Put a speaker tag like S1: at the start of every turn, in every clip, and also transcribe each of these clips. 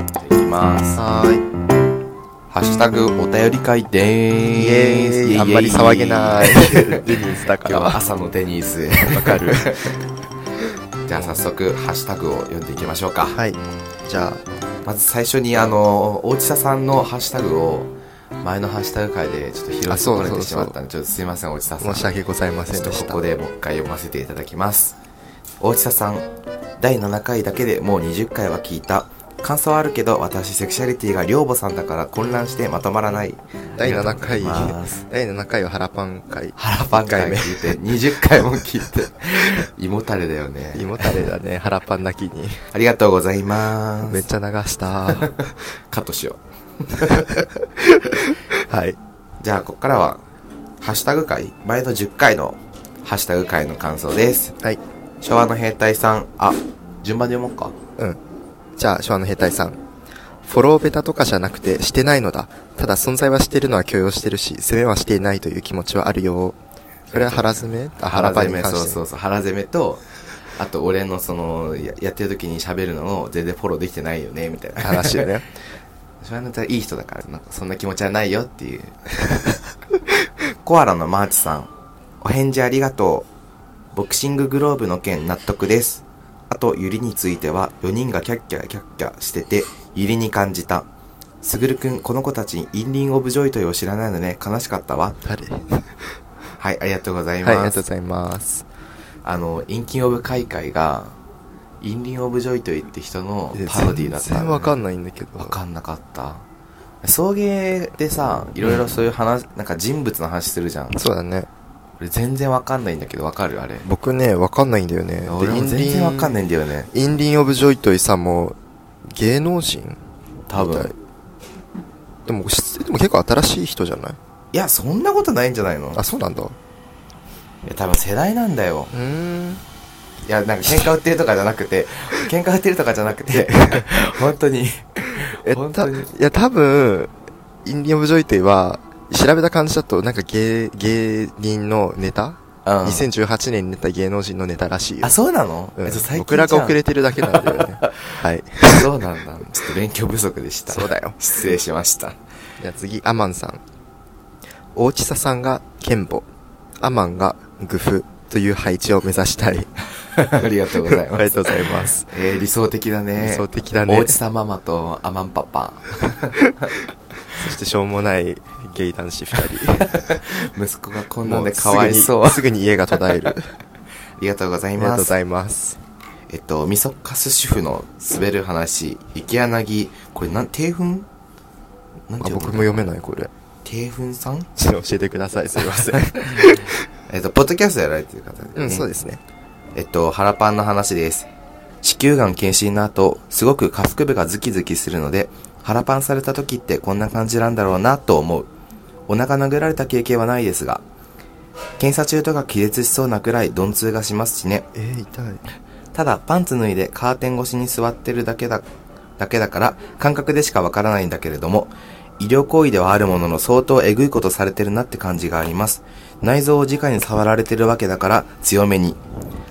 S1: ださい
S2: ハッシュタグお便り会で
S1: イ
S2: ーす
S1: エーイあんまり騒げ ないデニーズだか
S2: 今
S1: ら
S2: 日は朝のデニーズ わかるじゃあ早速ハッシュタグを読んでいきましょうか
S1: はいじゃ
S2: まず最初にあの大地田さんのハッシュタグを前のハッシュタグ会でちょっと拾い
S1: あそう
S2: 取れ
S1: そう
S2: て
S1: そう
S2: しまったんでちょっとすいません大地田さん
S1: あ申し訳ございませ
S2: ち
S1: ん
S2: ょ
S1: で
S2: っ
S1: し
S2: と
S1: た
S2: ここでもう一回読ませていただきます大地田さん第7回だけでもう20回は聞いた感想はあるけど私セクシャリティが寮母さんだから混乱してまとまらない
S1: 第7回
S2: ありがとうございます
S1: 第7回は腹パン会
S2: 腹パン回聞いて20回も聞いて胃もたれだよね
S1: 胃もたれだ ね腹パン泣きに
S2: ありがとうございま
S1: めっ
S2: す
S1: ちゃ流した
S2: カットしよう
S1: はい
S2: じゃあここからはハッシュタグ回前の10回のハッシュタグ回の感想です
S1: はい
S2: 昭和の兵隊さんあ順番で読もうか
S1: うん。じゃあ、昭和の兵隊さん。フォローベタとかじゃなくて、してないのだ。ただ存在はしてるのは許容してるし、攻めはしていないという気持ちはあるよ。これは腹攻めあ、腹パンに関して。
S2: そうそうそう腹攻めとあと俺のそのややってる時に喋るのを全然フォローできてないよねみたいな
S1: 話 よね。
S2: 昭和の兵隊いい人だからなんかそんな気持ちはないよっていう コアラのマーチさんお返事ありがとうボクシンググローブの件納得ですあとゆりについては4人がキャッキャキャッキャしててゆりに感じたすぐるくんこの子たちにインリン・オブ・ジョイというを知らないのね悲しかったわ
S1: 誰はい、
S2: はいありがとうござい
S1: あり
S2: ま
S1: が
S2: す、
S1: とうございます。
S2: あのインキン・オブ・カイカイがインリン・オブ・ジョイといって人のパロディーだった
S1: 全然わか
S2: ん
S1: んないんだけど。
S2: わかんなかった送迎でさいろいろそういう話、なんか人物の話するじゃん
S1: そうだね。
S2: 俺全然わかんないんだけどわかるあれ
S1: 僕ね、わかんないんだよね。。
S2: 俺も全然わかんないいんだよね
S1: インリン・オブ・ジョイトイさんも、芸能人
S2: 多
S1: みたい
S2: 分
S1: でも、しでも結構新しい人じゃない
S2: いやそんなことないんじゃないの
S1: あ、そうなんだ。う
S2: いや多分世代なんだよ
S1: ーん。
S2: いやなんか喧嘩売ってるとかじゃなく て喧嘩売ってるとかじゃなくて本当に
S1: え、
S2: 本
S1: た、
S2: 当
S1: い
S2: に
S1: や、多分、インディオブジョイテイは、調べた感じだと、なんか芸、芸人のネタ、
S2: うん
S1: ?2018 年に出た芸能人のネタらしいよ
S2: あ。そうなの、
S1: うん
S2: えっと最近
S1: 僕らが遅
S2: じ
S1: れてるだけなんだ よね。はい。
S2: ゃんそうなんだちょっと勉強不足でした
S1: そうだよ
S2: 失礼しました
S1: じゃあ次、アマンさん。大地佐さんが剣母、アマンがグフという配置を目指したい。
S2: ありがとうござい
S1: あ
S2: ま
S1: りが
S2: す。
S1: とうございます。
S2: えー、理想的だね。
S1: 理想的だね
S2: 大地さんママとアマンパパ。
S1: そしてしょうもないゲイ男子二 人。
S2: 息子がこ
S1: こ
S2: んなんでかわいそう。
S1: すぐに家が途絶える。
S2: ありがとうござ
S1: あ
S2: い
S1: り
S2: ま
S1: がとうご
S2: す。
S1: ざいます。
S2: えっと、みそかす主婦の滑る話、池柳、これなん、低粉なん
S1: あ、
S2: て
S1: 僕
S2: 読
S1: も
S2: む
S1: 読めない、これ。
S2: 低粉さん
S1: ちょっと教えてください。すいません。
S2: えっと、ポッドキャストやられてる方で、ね。
S1: うん、そうですね。
S2: えっと、腹パンの話です。子宮がん検診の後、すごく下腹部がズキズキするので、腹パンされた時ってこんな感じなんだろうなと思う。お腹殴られた経験はないですが、検査中とか気絶しそうなくらい鈍痛がしますしね。
S1: えー、痛い。
S2: ただ、パンツ脱いでカーテン越しに座ってるだけだ、だけだから、感覚でしかわからないんだけれども、医療行為ではあるものの相当えぐいことされてるなって感じがあります。内臓を直に触られてるわけだから、強めに。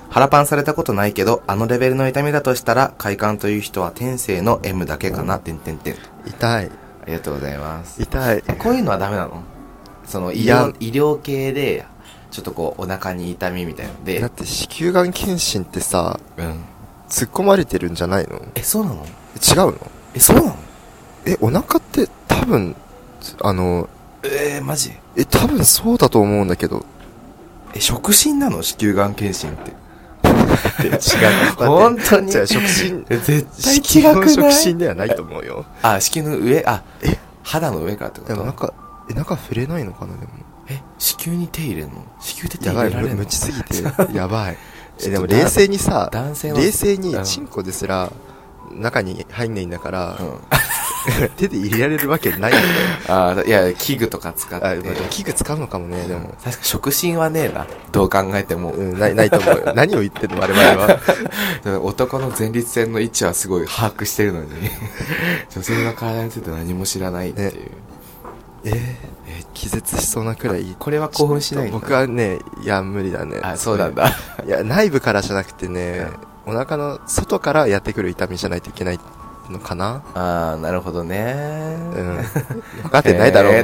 S2: 腹パンされたことないけど、あのレベルの痛みだとしたら、快感という人は天性の M だけかな、てんてんてん。
S1: 痛い。
S2: ありがとうございます。
S1: 痛い。
S2: こういうのはダメなのその医
S1: いや
S2: 療、医療系で、ちょっとこう、お腹に痛みみたいの
S1: だ
S2: で
S1: っ、て子宮がん検診ってさ、
S2: うん。
S1: 突っ込まれてるんじゃないの
S2: え、そうなの
S1: 違うの
S2: え、そうなの
S1: え、お腹って多分、あの、
S2: えー、マジ
S1: え、多分そうだと思うんだけ ど。
S2: え、触診なの子宮がん検診って。
S1: 違う。
S2: 本当に
S1: じゃあ、触診。
S2: え、絶
S1: 子宮の触診ではないと思うよ。
S2: あ、子宮の上、あ、
S1: え
S2: 肌の上からってこ
S1: でもなん
S2: と
S1: か、え、中触れないのかな、でも。
S2: え、子宮に手入れんの子宮で手
S1: や
S2: 入
S1: ば
S2: れ
S1: い、
S2: られ
S1: む
S2: んの
S1: 無知すぎ て。やばい。え、
S2: ち
S1: で
S2: ょ
S1: も
S2: っとな
S1: 冷静にさ、
S2: 男性の
S1: 冷静に
S2: う、ん
S1: チンコですら、中に入んないんだから、
S2: うん。
S1: 手で入れられるわけ ないんだよ。
S2: あー、いや、器具とか使っ
S1: あ、まあ
S2: て
S1: で。も器具使うのかもね、でも。
S2: 確か触診はねえな。どう考えても。
S1: うん、ない、ないと思う よ。何を言ってんの、我々は。
S2: 男の前立腺の位置はすごい把握してるのに、 女性の体について何も知らないっていう。
S1: ええ気絶しそうなくらい。
S2: これは興奮しないんだ
S1: 僕はね、いや、無理だね。
S2: あ、そうなんだ。
S1: いや、内部からじゃなくてね、お腹の外からやってくる痛みじゃないといけないのかな
S2: ああ、なるほどね。
S1: うん。分かってないだろ、お前。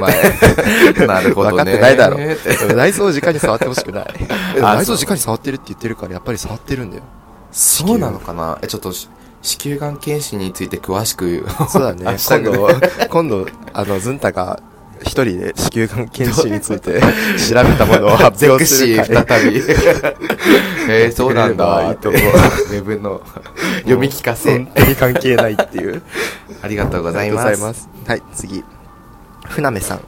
S2: なるほどね。
S1: 分かってないだろ。
S2: えー
S1: 内臓を直に触ってほしくない。でも
S2: あ
S1: 内臓を
S2: そう
S1: 直に触ってるって言ってるから、やっぱり触ってるんだよ。
S2: そうなのかなえ、ちょっとし、子宮がん検診について詳しく。
S1: そうだね
S2: 明。日
S1: 今
S2: ぐらい
S1: 度、 今度、あの、ズンタが一人で子宮がん検診につ いて調べたものを発
S2: ゼ
S1: 表
S2: ク
S1: す
S2: シ
S1: る
S2: ー
S1: 会。
S2: 再び。 えー、そうなんだ。
S1: いいと思う
S2: ウェブの 読み聞かせ
S1: 本。当に関係ないっていう。
S2: ありがとうございます。
S1: ありがとうございます。はい、次。船目さん。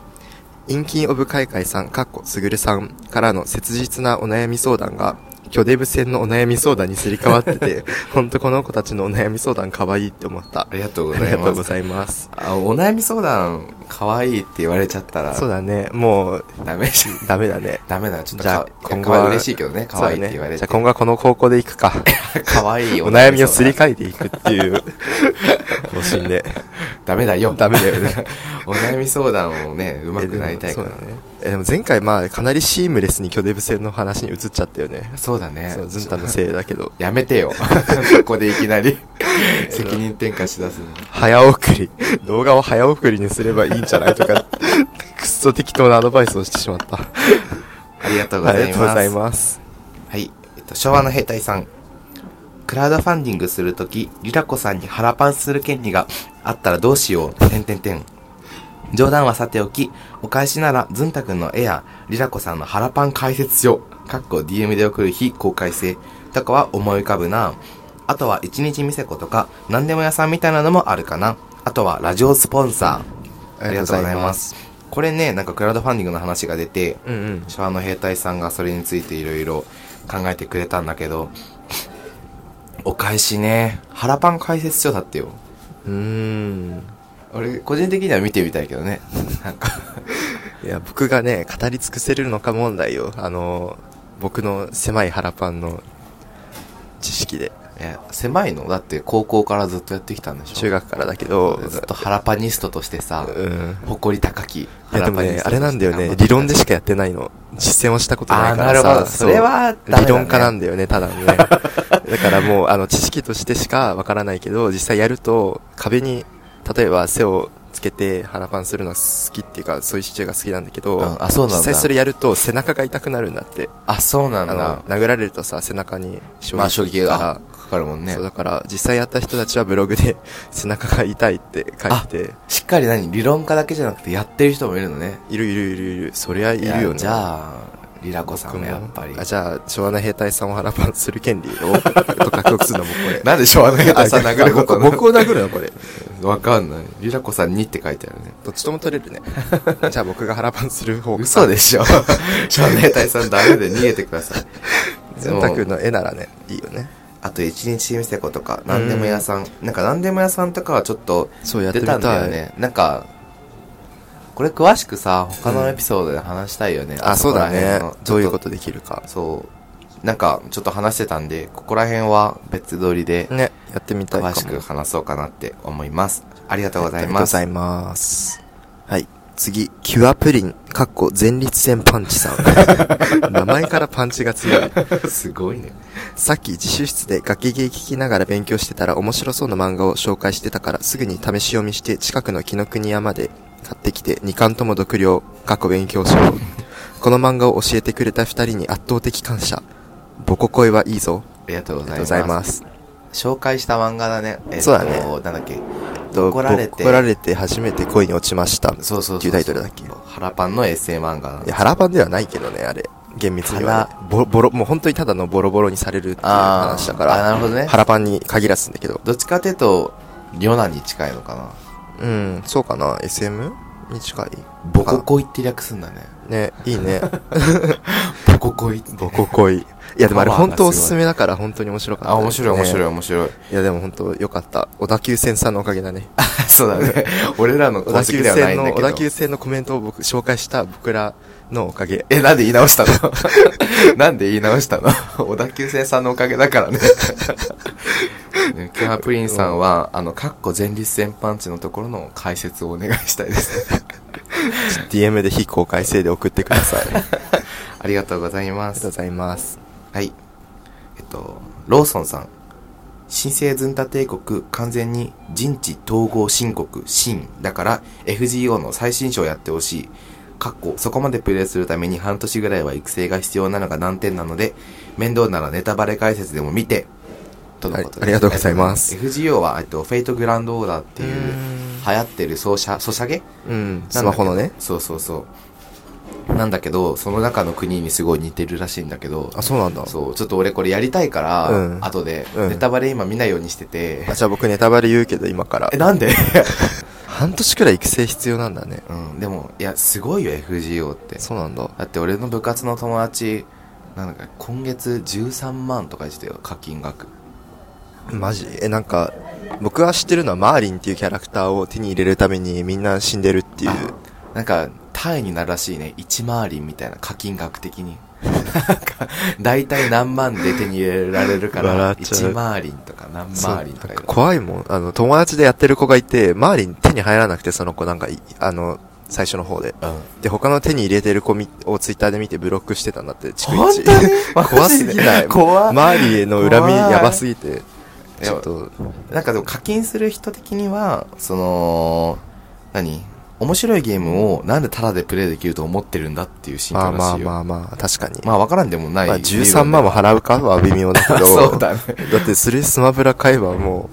S1: 陰金オブ海海さん、かっこすぐるさんからの切実なお悩み相談が、巨デブ戦のお悩み相談にすり替わっ てて、ほんとこの子たちのお悩み相談かわいいって思った。あ
S2: ありがとうご
S1: り
S2: ざい
S1: がとうご
S2: ます。
S1: ざいます。
S2: あお悩み相談、可愛いって言われちゃったら、
S1: そうだね、もう、
S2: ダメじゃん。
S1: ダメだね。
S2: ダメだ、ちょっと
S1: じゃあ
S2: か、
S1: 今
S2: 今
S1: 後
S2: 後
S1: は
S2: は嬉しいけどね、可愛いって言われ
S1: そうだねじゃ
S2: て
S1: あ。今後はこの高校で行くか。
S2: 可愛 い
S1: お悩みをすり
S2: 替
S1: 替えていくっていう方針で。
S2: え。ダメだよ。
S1: ダメだよね。
S2: お悩み相談をね、うまくなりたいから
S1: えでもそうだね。え、でも前回まあ、かなりシームレスに巨デブ戦の話に移っちゃったよね。
S2: そうだね
S1: そう、。ズンタのせいだけど。
S2: やめて よ。ここでいきなり責任転嫁しだすの。
S1: 早送り。 動画を早送りにすればいいんじゃないとか、 くっそ適当なアドバイスをしてしまった。
S2: ありがとうご
S1: あり
S2: ざ
S1: が
S2: い
S1: とうご
S2: ま
S1: ざい
S2: す。
S1: ます。
S2: はい。えっと、昭和の兵隊さん。クラウドファンディングするとき、リラコさんに腹パンする権利があったらどうしよう。てんてんてん。冗談はさておき、お返しなら、ズンタ君の絵や、リラコさんの腹パン解説書、かっこ DM で送る非公開制、とかは思い浮かぶな。あとは、一日店子とか、何でも屋さんみたいなのもあるかな。あとは、ラジオスポンサー。
S1: ありがとうござい
S2: ありがとうございま。
S1: ます
S2: これね、なんかクラウドファンディングの話が出て、
S1: うんうん。
S2: 昭和の兵隊さんがそれについていろいろ考えてくれたんだけどお返しね腹パン解説書だってよ
S1: うーん。
S2: 俺個人的には見てみたいけどねなんか
S1: いや、僕がね、語り尽くせるのか問題よ。あの、僕の狭い腹パンの知識で。
S2: いや狭いのだって高校からずっとやってきたんでしょ
S1: 中学からだけど、
S2: ずっと腹パニストとしてさ、
S1: うん。
S2: 誇り高き
S1: いや
S2: 腹
S1: でも
S2: パニ
S1: ね
S2: ス、ト
S1: あ
S2: として
S1: れなんだよね。
S2: 頑張って
S1: 理論でしかやってないの。実践をしたことないから
S2: あーなるほ
S1: さ。
S2: どそれはダ
S1: う
S2: メだね
S1: 理論家なんだよね、ただのね。 だからもう、あの、知識としてしかわからないけど、実際やると、壁に、例えば背をつけて腹パンするのは好きっていうか、そういうシチューが好きなんだけど、
S2: うんあそうなんだ
S1: 実際それやると背中が痛くなるんだって。
S2: あそうな
S1: あ
S2: んだ
S1: の、殴られるとさ、背中に衝撃
S2: まあ衝撃
S1: か
S2: が
S1: ら
S2: かかるもんね
S1: そうだから、実際やった人たちはブログで 背中が痛いって書いて、
S2: しっかり何理論家だけじゃなくてやってる人もいるのね
S1: いるいるいるいる、そりゃいる
S2: い
S1: よ
S2: や
S1: ね。
S2: じゃあリラコさんもやっぱり
S1: あ、じゃあ、昭和の兵隊さんを腹パンする権利を、と獲得するのもこれ。
S2: なんで昭和の 兵隊さん殴ること
S1: あ
S2: なの
S1: 僕僕を殴るのこれ。
S2: わかんない。リラコさんにって書いてあるね。
S1: どっちとも取れ るね。じゃあ僕が腹パンする方が。
S2: 嘘で しょ。少年隊さんダメで逃げてくださ い。で
S1: ズン
S2: も
S1: タ君の絵ならね、いいよね。
S2: あと一日店子とか、なんでも屋さん。なんかなんでも屋さんとかはちょっと
S1: そう、やって
S2: 出
S1: みた
S2: た
S1: い。
S2: んだよね。なんか、これ詳しくさ、他のエピソードで話したいよね。
S1: あ、そうだね
S2: こら辺の。
S1: どういうことできるか。
S2: そう。なんか、ちょっと話してたんで、ここら辺は別撮りで、
S1: ね、やってみたいかも。
S2: 詳しく話そうかなって思います。ありがとうござ
S1: あ
S2: い
S1: りがとうご
S2: ます。
S1: ざいます。はい。次、キュアプリン、かっこ前立腺パンチ さん。名前からパンチが強い。
S2: すごいね。
S1: さっき自習室でガキゲー聞きながら勉強してたら面白そうな漫画を紹介してたからすぐに試し読みして近くの木の国山で買ってきて2巻とも読了、過去勉強しよ う。この漫画を教えてくれた二人に圧倒的感謝。ボコ恋はいいぞ。
S2: ありがとう
S1: あ
S2: ご
S1: りが
S2: ざ
S1: と
S2: いうま
S1: ござい
S2: す。
S1: ます。
S2: 紹介した漫画だね。えっと
S1: そうだね
S2: なんだっけ。
S1: と
S2: 怒られて
S1: 怒られて初めて恋に落ちました。
S2: そうそうそうそう。
S1: っていうタイトルだっけ
S2: 腹パンのエッセイ漫画なん
S1: い
S2: だ
S1: や腹パンではないけどね、あれ。厳密には、ね。ボロ、ボロ、もう本当にただのボロボロにされるっていう
S2: あー
S1: 話だから。
S2: あなるほどね
S1: 腹パンに限らずんだけど。
S2: どっちかというと、ヨナに近いのかな。
S1: うん、そうかな。SM? に近い。
S2: ボココイって略すんだね。
S1: ね、い いね。
S2: ボココイって。
S1: ボコ恋。いやでもあれ
S2: パワーがすごい
S1: 本当おすすめだから本当に面白かった、
S2: あ、面白い面白い
S1: い。
S2: 面 白い。
S1: いやでも本当よかった。小田急線さんのおかげだね。
S2: そうだね。俺らの
S1: 小
S2: 功
S1: 田
S2: 績
S1: 急
S2: ではない
S1: 線
S2: んだ
S1: の、
S2: け
S1: 小
S2: ど。
S1: 田急線のコメントを僕紹介した僕らのおかげ。
S2: え、なんで言い直したの なんで言い直したの小田急線さんのおかげだからね。 ねキュアプリンさんは、あの、カッコ前立腺パンチのところの解説をお願いしたいです。
S1: DM で非公開制で送ってくだ さい。ありが
S2: ありがとうございま
S1: とうご
S2: す。
S1: ざいます。
S2: はい。えっと、ローソンさん。新生ズンタ帝国完全に人知統合申告新だから FGO の最新章やってほしい。かっこ、そこまでプレイするために半年ぐらいは育成が必要なのが難点なので、面倒ならネタバレ解説でも見て、とのことです
S1: はいありがとうございます
S2: えっと FGO は、えっと、フェイトグランドオーダーっていう、流行ってるソシャ、ソシャゲ
S1: うん、スマホのね。
S2: そうそうそう。なんだけど、その中の国にすごい似てるらしいんだけど、
S1: あ、そうなんだ。
S2: そう、ちょっと俺これやりたいから、
S1: うん
S2: 後で、
S1: うん
S2: ネタバレ今見ないようにして て。
S1: あじゃあ僕ネタバレ言うけど今から
S2: え、。なんで
S1: 半年くらい育成必要なんだね。
S2: うん、でも、いや、すごいよ、FGO って。
S1: そうなんだ。
S2: だって俺の部活の友達、なんか今月13万とか言ってたよ、課金額。
S1: マジえ、なんか、僕が知ってるのはマーリンっていうキャラクターを手に入れるためにみんな死んでるっていう。
S2: あなんか、単位になるらしいね。1回りみたいな、課金額的に。なんか、大体何万で手に入れられるか
S1: 笑
S2: ら、
S1: っちゃう
S2: 1回りとか何
S1: そう
S2: 回りと
S1: な
S2: か
S1: んか怖いもん。あの、友達でやってる子がいて、マーリン手に入らなくて、その子なんかい、あの、最初の方で。
S2: うん。
S1: で、他の手に入れてる子みをツイッターで見てブロックしてたんだって、逐
S2: 本
S1: 一
S2: 当 に
S1: 怖すぎない。
S2: 怖っ
S1: マーリンへの恨み
S2: 怖い
S1: やばすぎて。
S2: いや
S1: ちょっと、
S2: なんかでも課金する人的には、その、何面白いゲームをなんでタダでプレイできると思ってるんだっていう心
S1: まあ
S2: 境ら
S1: ま
S2: し
S1: あ
S2: いよ。
S1: ま
S2: まあ
S1: あまあ、確かに。
S2: わからんでもない。
S1: まあ、13万も払うかは微妙だけど。
S2: そうだね。
S1: だって、それスマブラ買えばも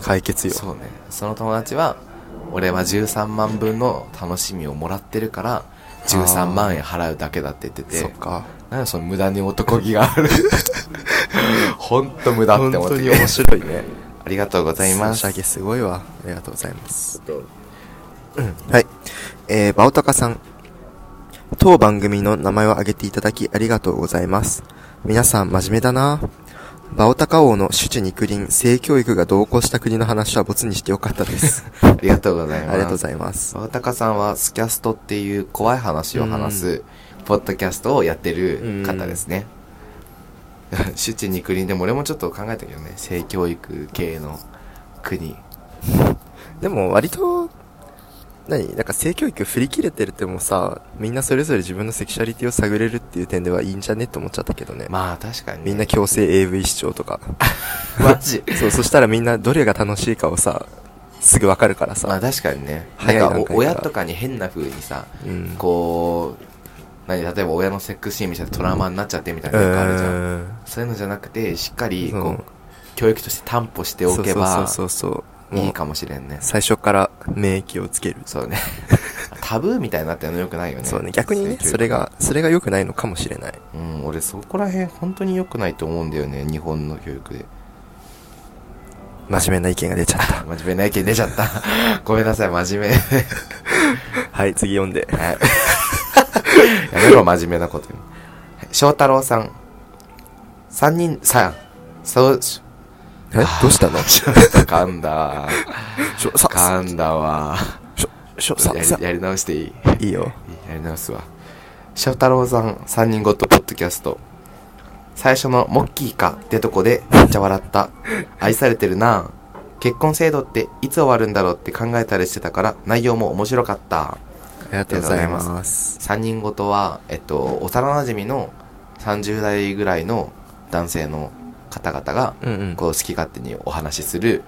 S1: う、解決よ。
S2: そうね。その友達は、俺は13万分の楽しみをもらってるから、13万円払うだけだって言って、
S1: そってか。
S2: なんでその無駄に男気があ る。ほんと無駄って思ってて
S1: 白い ね。
S2: ありがとうございます。
S1: 差し上げすごいわ。ありがとうございます。
S2: どう
S1: はい。えー、バオタカさん。当番組の名前を挙げていただきありがとうございます。皆さん真面目だなバオタカ王の主治肉林、性教育が同行した国の話は没にしてよかったです。
S2: ありがとうござ
S1: あ
S2: い
S1: り
S2: ます。
S1: が とうございます。
S2: 沢高さんはスキャストっていう怖い話を話すポッドキャストをやってる方ですね。 主治に国でも俺もちょっと考えたけどね性教育系の国
S1: でも割と、何なんか性教育振り切れてるってもさ、みんなそれぞれ自分のセクシャリティを探れるっていう点ではいいんじゃねって思っちゃったけどね。
S2: まあ確かに、ね、
S1: みんな強制 AV 視聴とか。
S2: マ ジ
S1: そう、そしたらみんなどれが楽しいかをさ、すぐわかるから
S2: まあ
S1: さ。
S2: 確かにね
S1: 早い
S2: なん
S1: 段階
S2: か
S1: か
S2: お
S1: ら
S2: 親とかに変な風にさ、
S1: うん
S2: こう何例えば親のセックスシーン見せてトラウマになっちゃってみたいうなのよくあるじゃん
S1: ーん。
S2: そういうのじゃなくてしっかりこう、
S1: うん
S2: 教育として担保しておけ
S1: そ
S2: ば
S1: うそうそうそう。もう
S2: いいかもしれんね
S1: 最初から免疫をつける。
S2: そうね。 タブーみたいになってるのよくないよね。
S1: そうね、逆にね、
S2: 性教育
S1: それ。が、それが良くないのかもしれない。
S2: うん、俺そこら辺本当に良くないと思うんだよね、日本の教育で。
S1: 真面目な意見が出ちゃっ た。
S2: 真面目な意見出ちゃった。 ごめんなさい、真面目。
S1: はい、次読んで。
S2: はいやめろ、真面目なこと言う。はい翔太郎さん。三人、さ、そう、し
S1: えどうしたの
S2: ちょっと噛んだ わ。
S1: しょ、さ、
S2: 噛んだわ。
S1: しょ、しょ、さ、
S2: や
S1: さ
S2: り、やり直していい
S1: いいよ。
S2: やり直すわ翔太郎さん3人ごとポッドキャスト最初のモッキーかってとこでめっちゃ笑った愛されてるな結婚制度っていつ終わるんだろうって考えたりしてたから内容も面白かった
S1: ありがとうございます。
S2: 3人ごとはえっと幼馴染の30代ぐらいの男性の方々が
S1: うんうん。
S2: こう好き勝手にお話しする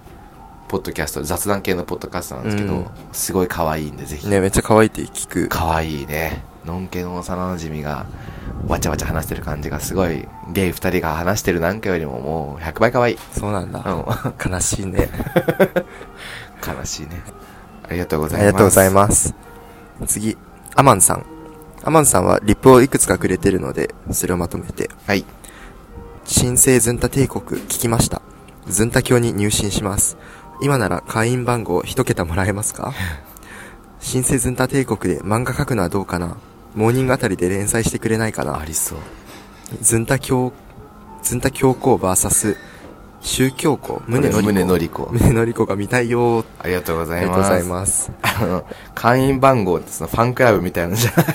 S2: ポッドキャスト雑談系のポッドキャストなんですけど、
S1: うん
S2: すごい可愛いんでぜひ
S1: ね、めっちゃ可愛いって聞く。
S2: 可愛いねのんけの幼馴染がわちゃわちゃ話してる感じがすごいゲイ二人が話してるなんかよりももう100倍可愛い
S1: そうなんだ。
S2: う
S1: 悲しいね。
S2: 悲しいねありがとうございます
S1: ありがとうございます。次、アマンさん。アマンさんはリップをいくつかくれてるので、それをまとめて。
S2: すはい
S1: 新生ズンタ帝国聞きました。ズンタ教に入信します。今なら会員番号一桁もらえます か新生ズンタ帝国で漫画描くのはどうかなモーニングあたりで連載してくれないか
S2: あ
S1: な
S2: りそう
S1: ズンタ教、ズンタ教皇 VS 宗教皇宗のり子。
S2: 胸のりこ
S1: 宗のり子が見たいよー
S2: ありがとうご
S1: あ
S2: ざ
S1: り
S2: い
S1: がとう
S2: ま
S1: ご
S2: す
S1: ざいます。
S2: あの会員番号ってそのファンクラブみたいなのじゃない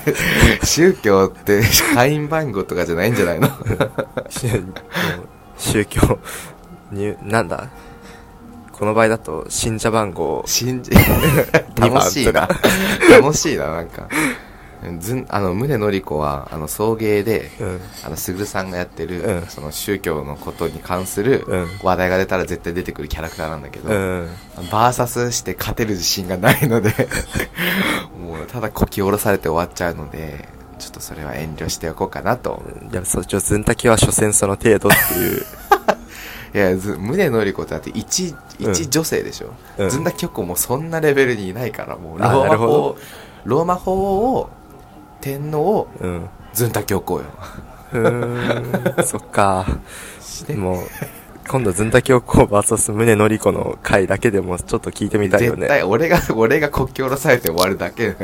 S2: 宗教って会員番号とかじゃないんじゃないの
S1: 宗教、入、なんだこの場合だと信者番号
S2: 信じ
S1: 二番
S2: 楽しいな
S1: と
S2: 楽しいななんかずんあの宗典子はあの送迎で、
S1: うん
S2: あのすぐるさんがやってる、
S1: うん
S2: その宗教のことに関する
S1: うん
S2: 話題が出たら絶対出てくるキャラクターなんだけど、
S1: うん。
S2: バーサスして勝てる自信がないので もうただこき下ろされて終わっちゃうのでちょっとそれは遠慮しておこうかなと、
S1: いや、そう、ちょ、ずんたきは所詮その程度っていう。
S2: いやず宗典子ってだって一一女性でしょ、
S1: うん
S2: ずんだきょこもそんなレベルにいないからもうロ
S1: あ
S2: ー
S1: な
S2: マ
S1: るほ
S2: 法
S1: ど
S2: をローマ法を天皇を
S1: うん。
S2: ずんだきょこよ
S1: うーん、そっか。
S2: して
S1: でも、今度ずんたきおこう VS 宗のりこの回だけでもちょっと聞いてみたいよ
S2: 絶対
S1: ね。
S2: 俺が俺が国境下ろされて終わるだけ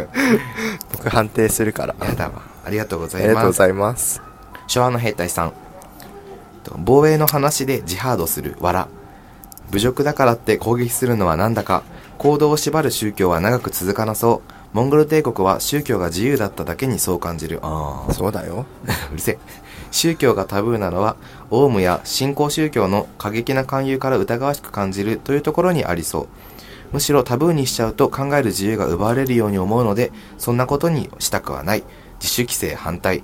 S1: 僕判定するから。
S2: やだわありがとうご
S1: あ
S2: ざ
S1: り
S2: い
S1: がとう
S2: ま
S1: ご
S2: す
S1: ざいます。
S2: 昭和の兵隊さんと防衛の話でジハードするわら侮辱だからって攻撃するのはなんだか行動を縛る宗教は長く続かなそうモンゴル帝国は宗教が自由だっただけにそう感じるああ
S1: そうだよ。
S2: うるせえ宗教がタブーなのはオウムや新興宗教の過激な勧誘から疑わしく感じるというところにありそうむしろタブーにしちゃうと考える自由が奪われるように思うのでそんなことにしたくはない自主規制反対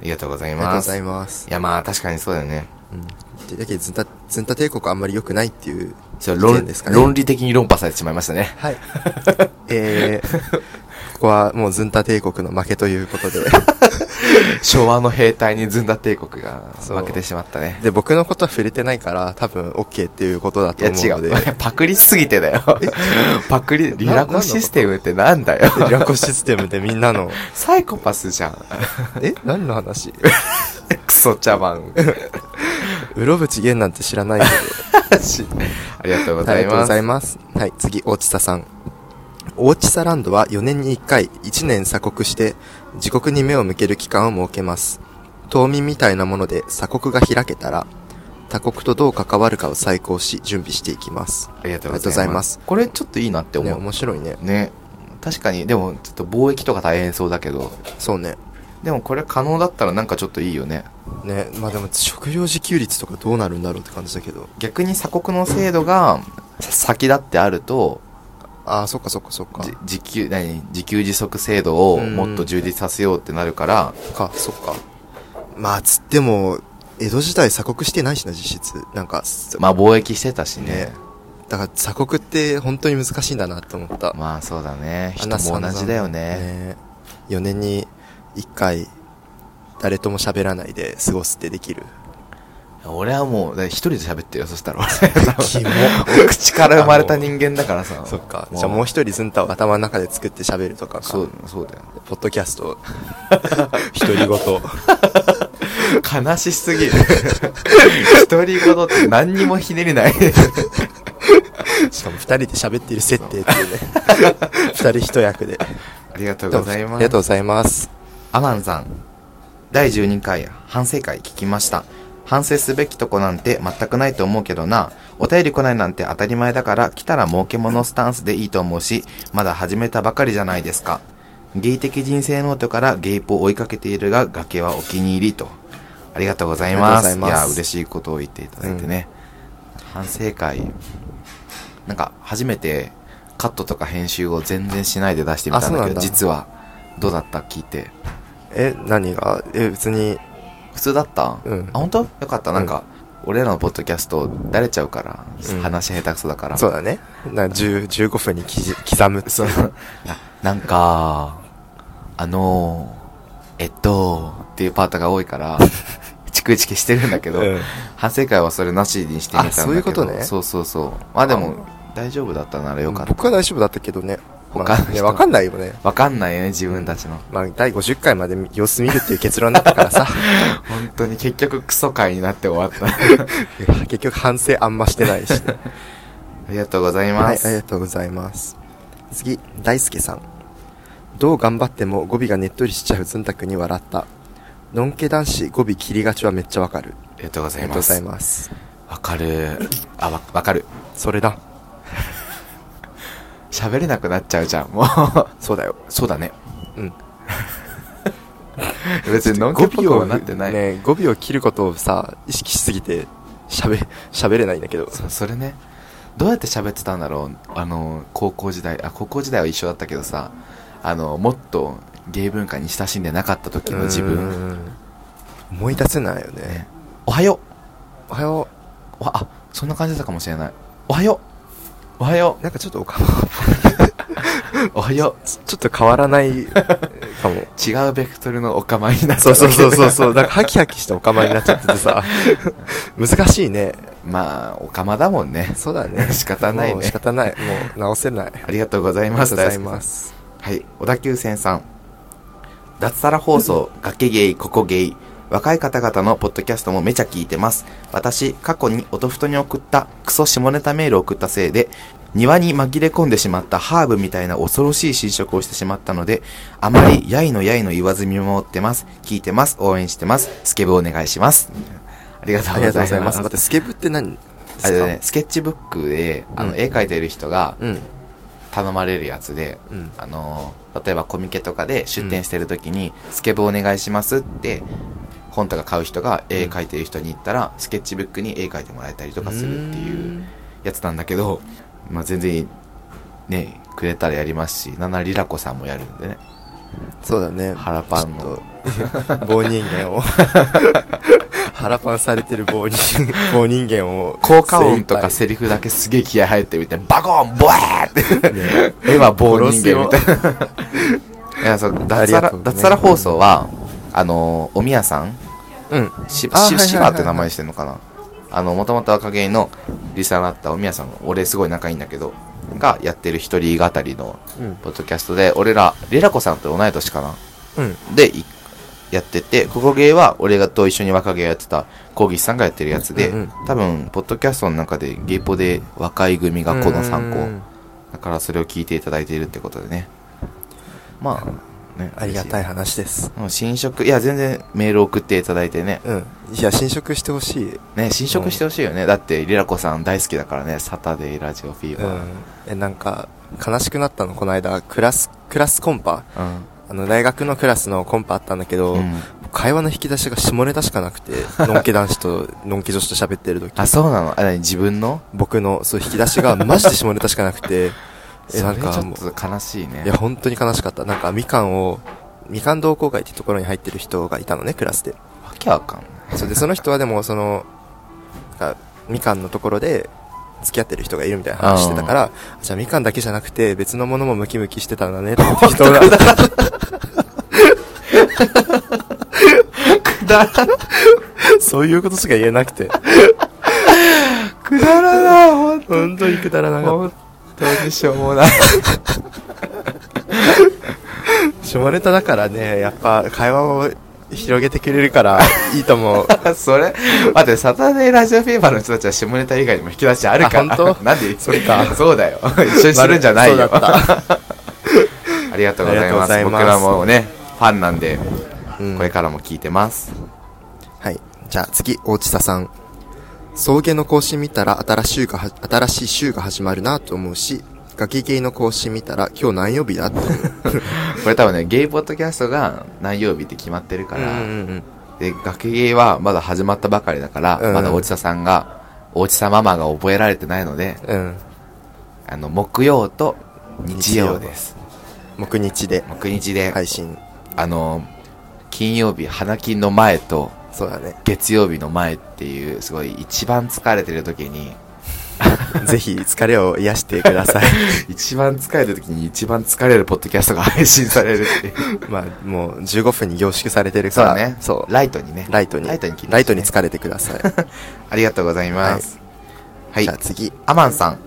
S2: ありがとうござい
S1: ありがとう
S2: ま
S1: ご
S2: す
S1: ざいます。
S2: いやまあ確かにそうだよね
S1: うん。だけど、ずんた、ずんた帝国あんまり良くないっていう
S2: そ
S1: 意
S2: う論
S1: 見ですかね。
S2: 論理的に論破されてしまいました ね
S1: はい。えー、ここはもうずんた帝国の負けというこ とで。
S2: 昭和の兵隊にずんだ帝国が
S1: そう
S2: 負けてしまったね
S1: で、僕のことは触れてないから、多分 OK っていうことだ
S2: い
S1: と
S2: や
S1: 思う
S2: 違
S1: の
S2: う
S1: で。
S2: パクリすぎてだよ パクリリラコシステムってなんだよ
S1: でリラコシステムでみ んなの、
S2: サイコパスじゃん。
S1: え何の話
S2: クソ茶 番。
S1: うろぶちげんなんて知らないけど。
S2: ありがとうご
S1: あ
S2: ざ
S1: り
S2: い
S1: がとう
S2: ま
S1: ご
S2: す。
S1: ざいます。はい、次、大地佐さん。大地佐ランドは4年に1回、1年鎖国して、自国に目を向ける期間を設けます。島民みたいなもので鎖国が開けたら、他国とどう関わるかを再考し、準備していきます。
S2: ありが
S1: とうございます。
S2: これちょっといいなって
S1: ね、
S2: 思
S1: 面白いね。
S2: う。ね。確かに、でもちょっと貿易とか大変そうだけど、
S1: そうね。
S2: でもこれ可能だったらなんかちょっといいよね。
S1: ね、まあでも、食料自給率とかどうなるんだろうって感じだけど。
S2: 逆に鎖国の制度が先立ってあると、
S1: ああ、そっかそっかそっか。
S2: じ自給、何自給自足制度を
S1: うん
S2: もっと充実させようってなるから、
S1: か、そっか。まあ、つっても、江戸時代鎖国してないしな、実質。なんか、
S2: まあ貿易してたしね。
S1: ねだから鎖国って本当に難しいんだなって思った。
S2: まあそうだね。人
S1: あんな散
S2: も同
S1: 々
S2: じだよね。
S1: 4年に1回、誰とも喋らないで過ごすって できる。
S2: 俺はもう、だから一人で喋ってるよ、そ したら俺。
S1: キモ。
S2: お 口から生まれた人間だからさ。
S1: そっか。じゃあもう一人ずんたを頭の中で作って喋るとかか。
S2: そう、そうだよ。
S1: ポッドキャス ト。独り言。
S2: 悲しす ぎる。独り言って何にもひねりない。
S1: しかも二人で喋ってる設定っていうね。二人一役で。
S2: ありがと
S1: あ
S2: うござい
S1: あ
S2: ま
S1: りが
S2: す
S1: と。うございます。
S2: アマンさん、第12回反省会聞きました。反省すべきとこなんて全くないと思うけどな。お便り来ないなんて当たり前だから、来たら儲け物スタンスでいいと思うし、まだ始めたばかりじゃないですか。ゲイ的人生ノートからゲイポを追いかけているが、崖はお気に入りと。ありがとうございます。
S1: あ
S2: い
S1: りがとうございます
S2: や、嬉しいことを言っていただいてね。反省会。なんか、初めてカットとか編集を全然しないで出してみたん
S1: あそう
S2: だ
S1: な
S2: け
S1: ん
S2: ど、
S1: だ
S2: 実は、どうだった聞いて。
S1: え、何がえ、別に、
S2: 普通だった、
S1: うん
S2: あ本当よかったなんか、俺らのポッドキャストだれちゃうから、
S1: うん
S2: 話下手くそだから
S1: そうだね。な10 15分に刻刻むっていう。
S2: あなんかあのーえっとっていうパートが多いから チクチクしてるんだけど、
S1: うん
S2: 反省会はそれなしにしてみたんだけど
S1: あそういうことね
S2: そうそうそうまあでも大丈夫だったならよかった
S1: 僕は大丈夫だったけどね。ま
S2: 他
S1: あ
S2: の人
S1: ね、わかんないよね。
S2: わかんないよね自分たちの
S1: まあ、第50回まで様子見るっていう結論だったから さ。
S2: 本当に結局クソ会になって終わった
S1: 結局反省あんましてないしね、
S2: ありがとうござい
S1: は
S2: ま
S1: い、
S2: す、
S1: ありがとうございます。次、大輔さん。どう頑張っても語尾がねっとりしちゃうずんたくに笑った。のんけ男子語尾切りがちはめっちゃわかる。
S2: ありがとうご
S1: あ
S2: ざ
S1: り
S2: い
S1: がとう
S2: ま
S1: ござい
S2: す
S1: ます。
S2: わかるあわわかる
S1: それだ。
S2: 喋れなくなっちゃうじゃん、も う。
S1: そうだよ。
S2: そうだね。
S1: うん。
S2: 別にのんきっぽくはなってない。
S1: ね、語尾を切ることをさ、意識しすぎて、喋、喋れないんだけど。
S2: そそれね。どうやって喋ってたんだろうあの、高校時代、あ、高校時代は一緒だったけどさ、あの、もっとゲイ文化に親しんでなかった時の自
S1: う
S2: 分。
S1: ん思い出せないよね
S2: ねおはよ
S1: おはよ
S2: うおはあ、そんな感じだったかもしれない。おはようおはよ
S1: うなんかちょっとおかも
S2: うおはよ
S1: ちょっと変わらないかも
S2: う違うベクトルのお構いになった
S1: そう
S2: だけ
S1: そう
S2: で
S1: そうそうそうなんかハキハキしたお釜になっちゃっててさ難しいね
S2: まあ、おかまだもんね。
S1: そうだね
S2: 仕方ないね
S1: もう仕方ないもう直せない
S2: ありがとうござい
S1: あり
S2: ま
S1: が
S2: す。
S1: とうござい
S2: 大輔さん
S1: ます
S3: はい、小田急線さん。脱サラ放送、 崖ゲイ、ここゲイ。若い方々のポッドキャストもめちゃ聞いてます。私、過去に音ふとに送った、クソ下ネタメールを送ったせいで、庭に紛れ込んでしまったハーブみたいな恐ろしい侵食をしてしまったので、あまりやいのやいの言わず見守ってます。聞いてます。応援してます。スケブお願いします。ありがと
S1: あ
S3: うご
S1: りがと
S3: ざ
S1: うござ
S3: い
S1: い
S3: ま。
S1: ますすだってスケブって何ですか
S2: あれだね、スケッチブックで、あ
S1: う
S2: の、
S1: ん
S2: 絵描いてる人が
S1: うん
S2: 頼まれるやつで、
S1: うん
S2: あのー例えばコミケとかで出店してる時に、スケボーお願いしますって、本とか買う人が絵描いてる人に言ったら、スケッチブックに絵描いてもらえたりとかするっていううやつなんだけど、まあ全然、ね、くれたらやりますし、ななりらこさんもやるんでね、
S1: そうだね
S2: 腹パン
S1: ちょ
S2: の。
S1: っと棒人間を腹パンされてる棒人 棒人間を
S2: 効果音とか
S1: 精
S2: セリフだけすげえ気合入ってみて、バコンボエーって、
S1: 一杯ね
S2: 絵は棒人間みたいな。
S1: な
S2: いや、そう、
S1: あ
S2: 脱
S1: り
S2: サ
S1: が
S2: ラ、
S1: とうね
S2: 脱サラ放送は、あのー、おみやさん、
S1: うん
S2: し、
S1: あはいはいはい
S2: し、しばって名前してんのかなあの、もともと赤芸のリサーだったおみやさんの、俺すごい仲いいんだけど、がやってる一人語りの、
S1: うん
S2: ポッドキャストで、俺ら、レラコさんと同い年かな
S1: うん
S2: で、いやってて、ここ芸は俺がと一緒に若芸やってた、コギさんがやってるやつで、
S1: うんうん
S2: 多分、ポッドキャストの中で、ゲイポで若い組がこの3
S1: う
S2: 校。
S1: ん
S2: だからそれを聞いていただいているってことでね。まあ、ね。
S1: ありがたい
S2: い。
S1: 話です
S2: もう新職、いや、全然メール送っていただいてね。
S1: うんいや侵食してほしい
S2: ね、新職してほしいよね。だって、リラコさん大好きだからね、サタデーラジオフィー
S1: う
S2: バー。
S1: んえなんか悲しくなったのこの間クラスクラスコンパ
S2: うん。
S1: あの大学のクラスのコンパあったんだけど、
S2: うん
S1: 会話の引き出しが下ネタしかなくてのんけ男子と のんけ女子と喋ってる時
S2: あ、そうなのあ、何自分の
S1: 僕のそう引き出しが マジで下ネタしかなくてえ
S2: そ
S1: な
S2: れ
S1: ん
S2: ちょ
S1: かもう
S2: っと悲しいね。
S1: いや、本当に悲しかった。なんか、みかんを、みかん同好会ってところに入ってる人がいたのね、クラスで。
S2: わけわかんない。
S1: それで、その人はでも、その、なんか、みかんのところで、付き合ってる人がいるみたいな話してたから、じゃあみかんだけじゃなくて、別のものもムキムキしてたんだね、と思って人が。
S2: くだら、
S1: そういうことしか言えなくて。
S2: くだらない、ほんと。
S1: 本当にくだらなかっ
S2: 本当にしょうもない。
S1: た。下ネタだからね、やっぱ、会話を広げてくれるから、いいと思う。
S2: それ、待って、サタデーラジオフィーバーの人たちは下ネタ以外にも引き出しあるから。
S1: あ本当
S2: なんで
S1: そっか
S2: そうだよ。一緒にするんじゃないよ。
S1: そうだった。
S2: ありがとうございます。
S1: あ
S2: 僕
S1: りがとうございま
S2: ら
S1: す
S2: もね、ファンなんで、
S1: うん
S2: これからも聞いてます。
S1: はい。じゃあ次、大地佐さん。送迎の更新見たら新しい週がは、新しい週が始まるなと思うし、ガキゲイの更新見たら今日何曜日だって思う。
S2: これ多分ね、ゲイポッドキャストが何曜日って決まってる から、
S1: うん
S2: で、学芸はまだ始まったばかりだから、
S1: うん
S2: まだ大地田さんが、大地田ママが覚えられてないので、
S1: うん。うん。
S2: あの、木曜と日曜です。
S1: 木日で
S2: 木日で、
S1: 配信。
S2: あの、金曜日、花金の前と、
S1: そうだね。
S2: 月曜日の前っていう、すごい一番疲れてる時に、
S1: ぜひ疲れを癒してください。
S2: 一番疲れてる時に一番疲れるポッドキャストが配信されるっていう。
S1: まあ、もう15分に凝縮されてる
S2: そ
S1: か
S2: う
S1: ら。
S2: だね。
S1: そう。
S2: ライトにね。
S1: ライトに。
S2: ライトに聞いてほしいね
S1: ライトに疲れてください。
S2: ありがとうございます。はい。
S1: じゃあ次。
S2: アマンさん、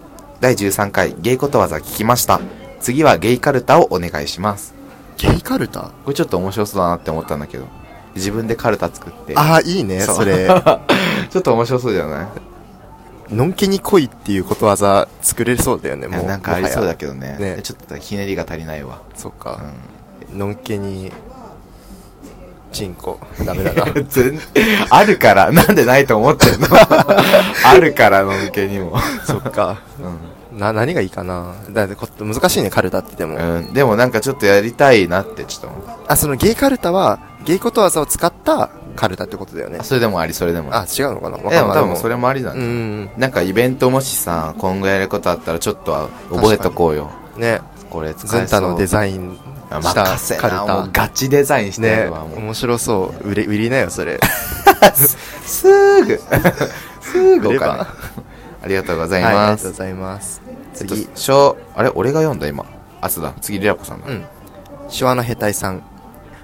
S2: 第13回ゲイことわざ聞きました。次はゲイカルタをお願いします。
S1: ゲイカルタ
S2: これちょっと面白そうだなって思ったんだけど、自分でカルタ作って。
S1: ああ、いいね、
S2: そう
S1: それ。
S2: ちょっと面白そうじゃない
S1: のんけに来いっていうことわざ作れそうだよね、
S2: いや
S1: もう。
S2: なんかありそうだけ
S1: け
S2: どね。
S1: ね
S2: ちょっとひねりが足りないわ。
S1: ど。そうか。
S2: う
S1: のんけに、チンコ。ダメだな。
S2: ん。全あるから、なんでないと思ってんのあるからの向けにも。
S1: そっか。
S2: う
S1: な、何がいいかな。だってこ、難しいね、カルタってでも。
S2: ん。うん。でもなんかちょっとやりたいなってちょっと思う
S1: あ、そのゲイカルタは、ゲイことわざを使ったカルタってことだよね
S2: あ。それでもあり、それでもあ
S1: あ、違うのかなわかん
S2: り。で
S1: ない。
S2: も多分それもありだ
S1: う
S2: ね。
S1: ん。
S2: なんかイベントもしさ、今後やることあったらちょっとは覚えとこうよ。
S1: ね。
S2: これ使
S1: ズン
S2: えそ
S1: タ
S2: う
S1: のデザイン
S2: あ
S1: した
S2: 任せ
S1: カル
S2: なもう
S1: タ。
S2: ガチデザインしてや
S1: ね
S2: るわ、もう
S1: 面白そう。売れ、売りなよ、それ。
S2: すーぐ すーぐ
S1: 売
S2: お
S1: れ
S2: 金
S1: ば
S2: ありがとうござ
S1: はいい、あり
S2: ま
S1: がとう
S2: す
S1: ございます。
S2: 次、
S1: 次、
S2: 小あれ俺が読んだ今あそうだ次レア子さんだ、
S1: うん手話の兵隊さん。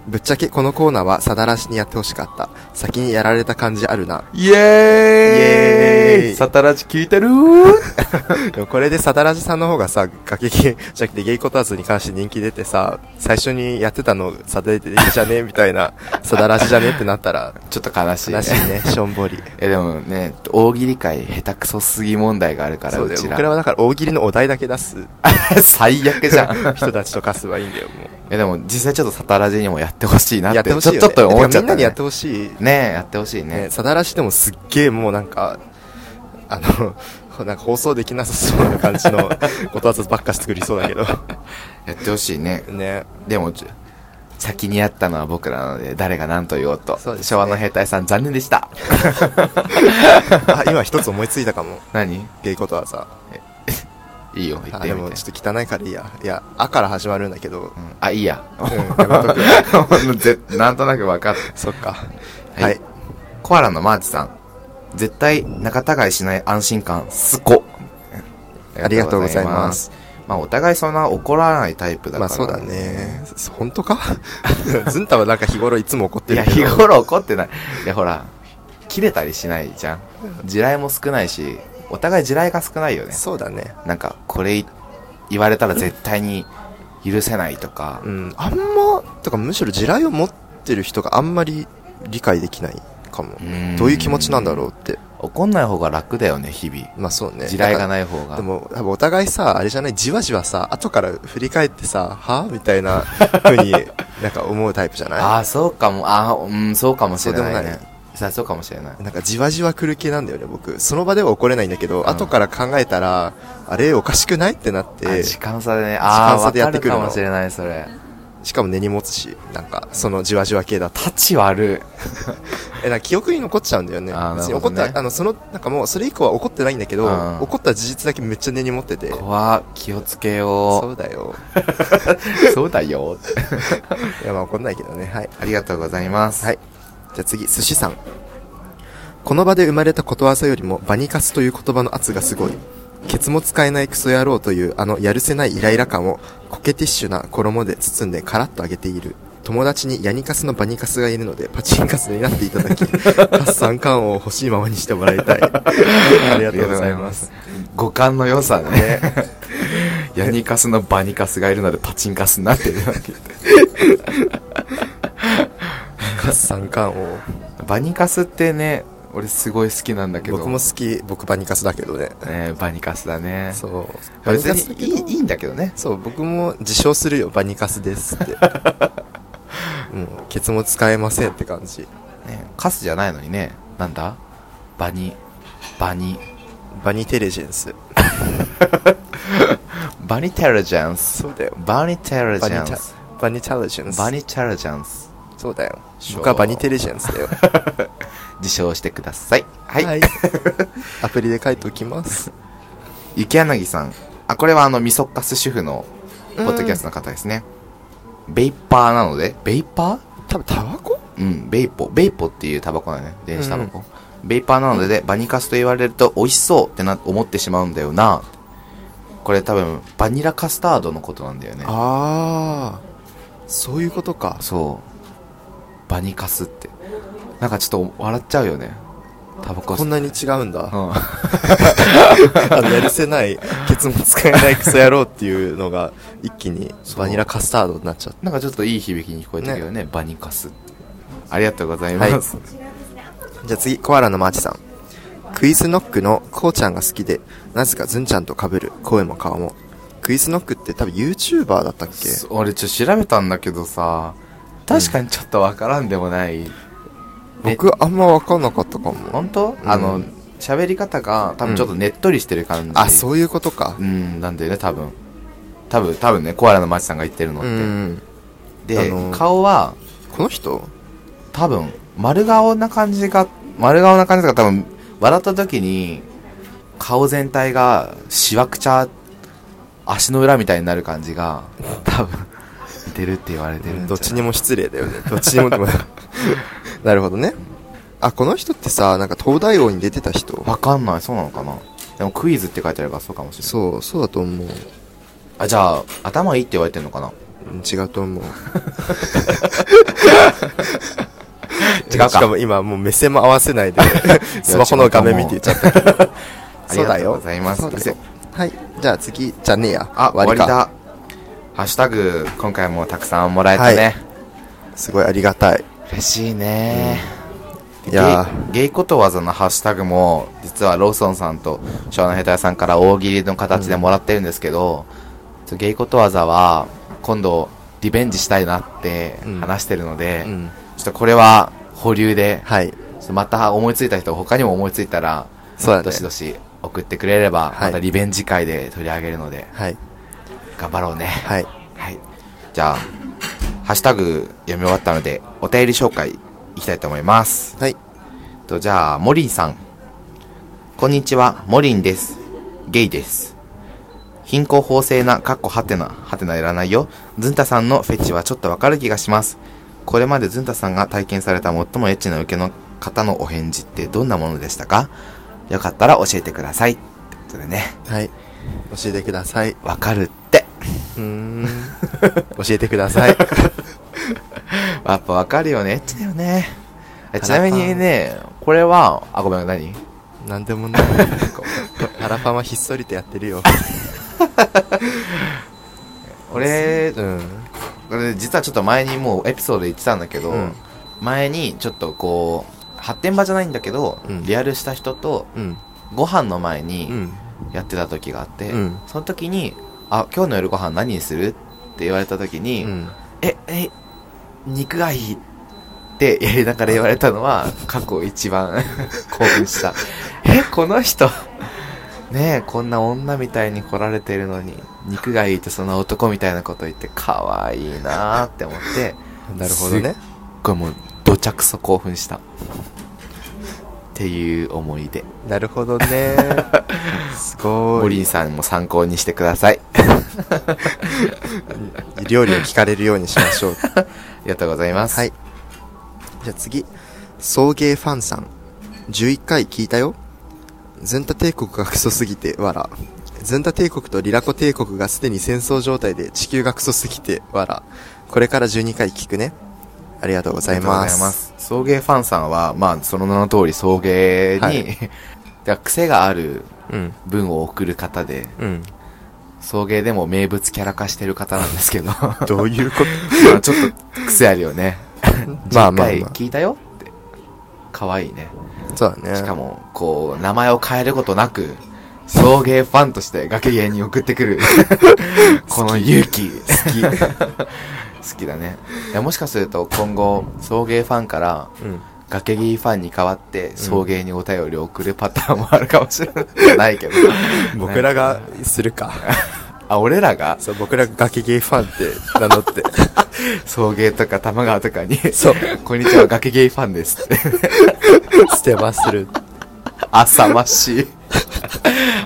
S1: ぶっちゃけこのコーナーはさだらしにやってほしかった。先にやられた感じあるな。
S2: イエ
S1: イエーイ
S2: サタラジ聞いてるー
S1: でもこれでさだらじさんの方がさ、ガキゲじゃなくてゲイコターズに関して人気出てさ、最初にやってたの、さだらじじゃねえみた いな、さだらじじゃねえってなったら、
S2: ちょっと悲しいね
S1: 悲しいね、しょんぼり。
S2: えでもね大喜利界下手くそすぎ問題があるから
S1: そう
S2: う
S1: だよ。
S2: ち
S1: 僕ら
S2: ら
S1: はだから大喜利のお題だけ出す
S2: 最悪じゃん
S1: 人たちとかすばいいんだよ、も
S2: えでも実際ちょっとサタラジにもやってほしいなっ
S1: う。
S2: て
S1: やってほしいよ、ね。
S2: ちょちょっと思っちゃった、ね、
S1: てかみんなにやってほしい。
S2: ねえやってほしいね
S1: ね、さだらしでもすっげえもうなんか、あの、 なんか放送できなさそうな感 じのことわざばっか作りそうだけど。
S2: やってほしいね
S1: ね。
S2: でもち先にやったのは僕らなので誰が何と言おうと
S1: そうですね
S2: 昭和の兵隊さん残念でした
S1: あ、今一つ思いついたかも。
S2: 何
S1: ゲイことわざ。
S2: いいよ言っ
S1: あ
S2: て
S1: で
S2: よみ
S1: も
S2: たい
S1: ちょっと汚いからいいや。いや、あから始まるんだけど。
S2: なうんあいいや
S1: うん、やめとく
S2: もうぜなんとなく分かった
S1: そっか。
S2: はい
S1: はい。
S2: コアラのマーチさん絶対仲違いしない安心感すこ
S1: ありがとうご
S2: ありがとうござ
S1: ざいます
S2: いますまあお互いそんな怒らないタイプだから
S1: まあそうだね。そ本当か ずんたはなんか日頃いつも怒って
S2: い
S1: る
S2: や
S1: けど。
S2: 日頃怒ってないいやほら切れたりしないじゃん地雷も少ないしお互い地雷が少ないよね
S1: そうだね。
S2: なんかこれ言われたら絶対に許せないとか
S1: うん。あんま、とかむしろ地雷を持ってる人があんまり理解できないかも。
S2: ん
S1: どういう気持ちなんだろうって。
S2: 怒んない方が楽だよね日々
S1: まあそうね。
S2: 地雷が
S1: い。
S2: ない方が
S1: でも、多分お互いさ、あれじゃない、じわじわさ、後から振り返ってさ、はみたいな風に、なんか思うタイプじゃな
S2: ああそうかもああうんそうかもしれない
S1: そうでも
S2: ね
S1: な
S2: さあそうかもしれない
S1: いなんかじわじわ来る系なんだよね、僕。その場では怒れないんだけど、後から考えたら、あれおかしくないってなっ
S2: あ
S1: て、
S2: 時間差でねああ
S1: 時間差
S2: 分
S1: でや
S2: か
S1: って
S2: る
S1: くるの
S2: かもしれないそれ
S1: しかも根に持つし、なんか、そのじわじわ系だと。
S2: 立ち悪
S1: え、なんか記憶に残っちゃうんだよね。
S2: あー
S1: 別に
S2: なるほ
S1: 怒
S2: ど
S1: っ
S2: ね
S1: た、あの、その、なんかもう、それ以降は怒ってないんだけど、
S2: うん
S1: 怒った事実だけめっちゃ根に持ってて
S2: い。怖っ気をつけ
S1: そ
S2: よ
S1: うだよ。
S2: うそうだよって
S1: いや、まあ怒んないけどね。はい。
S2: ありがとうございます
S1: はい。じゃあ次、寿司さん。この場で生まれたことわざよりも、バニカスという言葉の圧がすごい。ケツも使えないクソ野郎という、あの、やるせないイライラ感を、コケティッシュな衣で包んでカラッと揚げている。友達にヤニカスのバニカスがいるので、パチンカスになっていた だき、発散感を欲しいままにしてもらいたい。 ありがとうございます。
S2: 五感の良さねヤニカスのバニカスがいるのでパチンカスになってるわけ
S1: 発散感を。
S2: バニカスってね俺すごい好きなんだけど
S1: 僕も好き、僕バニカスだけどね。
S2: ねバニカスだね
S1: そう。
S2: 別
S1: バニカスだ
S2: に
S1: けど
S2: いいいいんだけどね
S1: そう、僕も自称するよ、バニカスです って。もう、ケツも使えませんって感じ。
S2: ねカスじゃないのにねなんだバニバニ
S1: バニテレジェンス。
S2: バニテラジェンス
S1: そうだよ。
S2: バニテラジ
S1: バニ
S2: ェ
S1: チ
S2: ン
S1: ャ
S2: ス、
S1: バニチャレジェンス。
S2: バニテラジェンス
S1: そうだよ。
S2: そう
S1: 僕はバニテレジェンスだよ。
S2: 受賞してくださいはい、
S1: はい。アプリで書いておきます。
S2: 雪柳さんあこれはあのミソッカス主婦のポッドキャストの方ですね、ベイパーなのでベイパー
S1: 多分タバコ
S2: うんベイポベイポっていうタバコだね電子タバコ、ベイパーなのでバニカスと言われると美味しそうってな思ってしまうんだよなこれ多分バニラカスタードのことなんだよね
S1: ああ。そういうことか。
S2: そうバニカスってなんかちょっと笑っちゃうよねタバコ
S1: こ
S2: 吸
S1: んなに違うんだ。
S2: うん
S1: あの、やるせない、ケツも使えないクソ野郎っていうのが、一気にバニラカスタードになっちゃった。
S2: なんかちょっといい響きに聞こえたけどねバニカスってありがとうございます、
S1: じゃあ次、コアラのマーチさん。クイズノックのこうちゃんが好きで、なぜかズンちゃんと被る声も顔も。クイズノックって多分 YouTuber だったっけ
S2: そ俺ちょっと調べたんだけどさ確かにちょっとわからんでもない、
S1: 僕あんま分かんなかったかも。
S2: 本当、
S1: ん
S2: あの喋り方が多分ちょっとねっとりしてる感じ、
S1: あ、そういうことか
S2: う。んなんだよね多分多分多分ねコアラのマチさんが言ってるのっ
S1: う
S2: て、
S1: ん。
S2: で、
S1: あの
S2: 顔は
S1: この人
S2: 多分丸顔な感じが丸顔な感じが多分笑った時に顔全体がしわくちゃ足の裏みたいになる感じが多分似てるって言われてるんじゃない
S1: どっちにも失礼だよね。どっちにもでもなるほどね。あ、この人ってさ、なんか東大王に出てた人。
S2: わかんないそうなのかなでもクイズって書いてあるからそうかもしれない
S1: そう、そうだと思う。
S2: あじゃあ頭いいって言われてんのかな
S1: うん違うと思う。
S2: 違うか
S1: しかも今もう目線も合わせ ないで、スマホの画面見て言っちゃったけど。 そう
S2: あ
S1: だよ。
S2: りがとうございます
S1: そうだよはい。じゃあ次、じゃねえや。
S2: あ終わり
S1: か
S2: だハッシュタグ今回もたくさんもらえたね、
S1: すごいありがたい。
S2: 嬉しいね、
S1: う
S2: ゲイ
S1: んいや
S2: ゲイことわざのハッシュタグも実はローソンさんと湘南ヘタ屋さんから大喜利の形でもらってるんですけど、ちょゲイことわざは今度リベンジしたいなって話してるので、
S1: うん。
S2: ちょっとこれは保留で、
S1: はい。
S2: ちょっとまた思いついた人他にも思いついたら
S1: そうだね
S2: どしどし送ってくれれば
S1: は
S2: ま
S1: い
S2: たリベンジ会で取り上げるので
S1: はい。
S2: 頑張ろうね
S1: はい。
S2: はい。じゃあ、ハッシュタグ読み終わったので、お便り紹介いきたいと思います。
S1: はい。
S2: とじゃあ、モリンさん。こんにちは、モリンです。ゲイです。貧困法制な、かっこはてな、はてないらないよ。ズンタさんのフェチはちょっとわかる気がします。これまでズンタさんが体験された最もエッチな受けの方のお返事ってどんなものでしたかよかったら教えてください。ってことでね、
S1: はい。教えてください。
S2: わかるって。
S1: うー ん。教えてくだ さい。
S2: やっぱわかるよね。エッチだよね。えちなみにね、これは、あ、ごめん、何
S1: なんでもない。ハラパンはひっそりとやってるよ。
S2: 俺、
S1: うん。
S2: これ実はちょっと前にもうエピソードで言ってたんだけど、
S1: うん
S2: 前にちょっとこう、発展場じゃないんだけど、
S1: うん
S2: リアルした人と
S1: うん。
S2: ご飯の前
S1: う
S2: に
S1: ん。
S2: やってた時があって、
S1: うん
S2: その時に、あ、今日の夜ご飯何にするって言われた時に、
S1: うん。
S2: え、え、肉がいいってやりながら言われたのは、過去一番 興奮した。え、この人、ねえ、こんな女みたいに来られてるのに、肉がいいってその男みたいなこと言って、可愛いなーって思って、
S1: なるほどね。
S2: これもう、どちゃくそ興奮した。っていう思い出。
S1: なるほど ね。すご
S2: ボリ
S1: い。
S2: ンさんも参考にしてください。
S1: 料理を聞かれるようにしまし ょう。
S2: ありがとうございます。
S1: はい。じゃあ次。送迎ファンさん。11回聞いたよ。ズンタ帝国がクソすぎて、わら。ズンタ帝国とリラコ帝国がすでに戦争状態で地球がクソすぎて、わら。これから12回聞くね。ありがとうございます。
S2: す。送迎ファンさんは、まあ、その名の通り送迎に、
S1: は
S2: だ
S1: い
S2: から癖がある
S1: うん。
S2: 文を送る方で、
S1: うん。
S2: 送迎でも名物キャラ化してる方なんですけど、まあ
S1: どういうこと
S2: ちょっと癖あるよ ね。
S1: まあまあ
S2: 次
S1: ま
S2: 回聞いたよって。可愛いね。
S1: あ。そうだね。
S2: しかも、こう、名前を変えることなく、送迎ファンとして崖芸に送って くる。この勇気、好 き。好きだね。いやもしかすると今後、送迎ファンから、
S1: うん。
S2: 崖ギファンに代わって送迎にお便りを送るパターンもあるかもしれないないけど
S1: 僕らがする か。
S2: あ俺らが
S1: そう、僕らがガキゲイファンって名乗 って。
S2: 送迎とか玉川とかに「
S1: そう。
S2: こんにちは崖ゲイファンです」 って
S1: 捨てまする。
S2: 浅ましい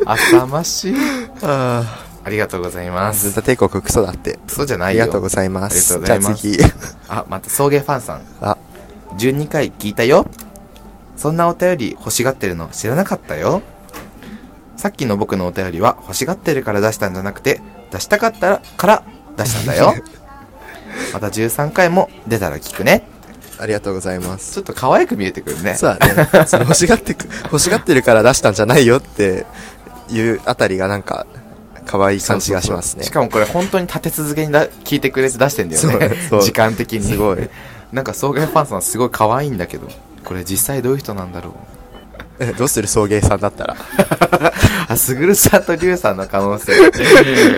S2: 浅ましい
S1: あ
S2: ありがとうございま
S1: あ。ズン
S2: す
S1: タ帝国クソだって。
S2: そうじゃな
S1: あ
S2: い
S1: り
S2: よ
S1: がとうございます。
S2: ありがとうございます
S1: じゃあ次。
S2: あまた送迎ファンさん
S1: あ、
S2: 12回聞いたよそんなお便り欲しがってるの知らなかったよさっきの僕のお便りは欲しがってるから出したんじゃなくて出したかったらから出したん だよまた13回も出たら聞くね
S1: ありがとうございます。
S2: ちょっと可愛く見えてくるね
S1: そうだね。その欲しがってく、 欲しがってるから出したんじゃないよっていうあたりがなんか、可愛い感じがしますね。
S2: しかもこれ本当に立て続けにだ聞いてくれて出してんだよね
S1: そうそう
S2: 時間的に
S1: すごい
S2: なんか送迎ファンさんすごい可愛いんだけどこれ実際どういう人なんだろう
S1: えどうする送迎さんだったら。
S2: あすぐるさんとりゅうさんの可能性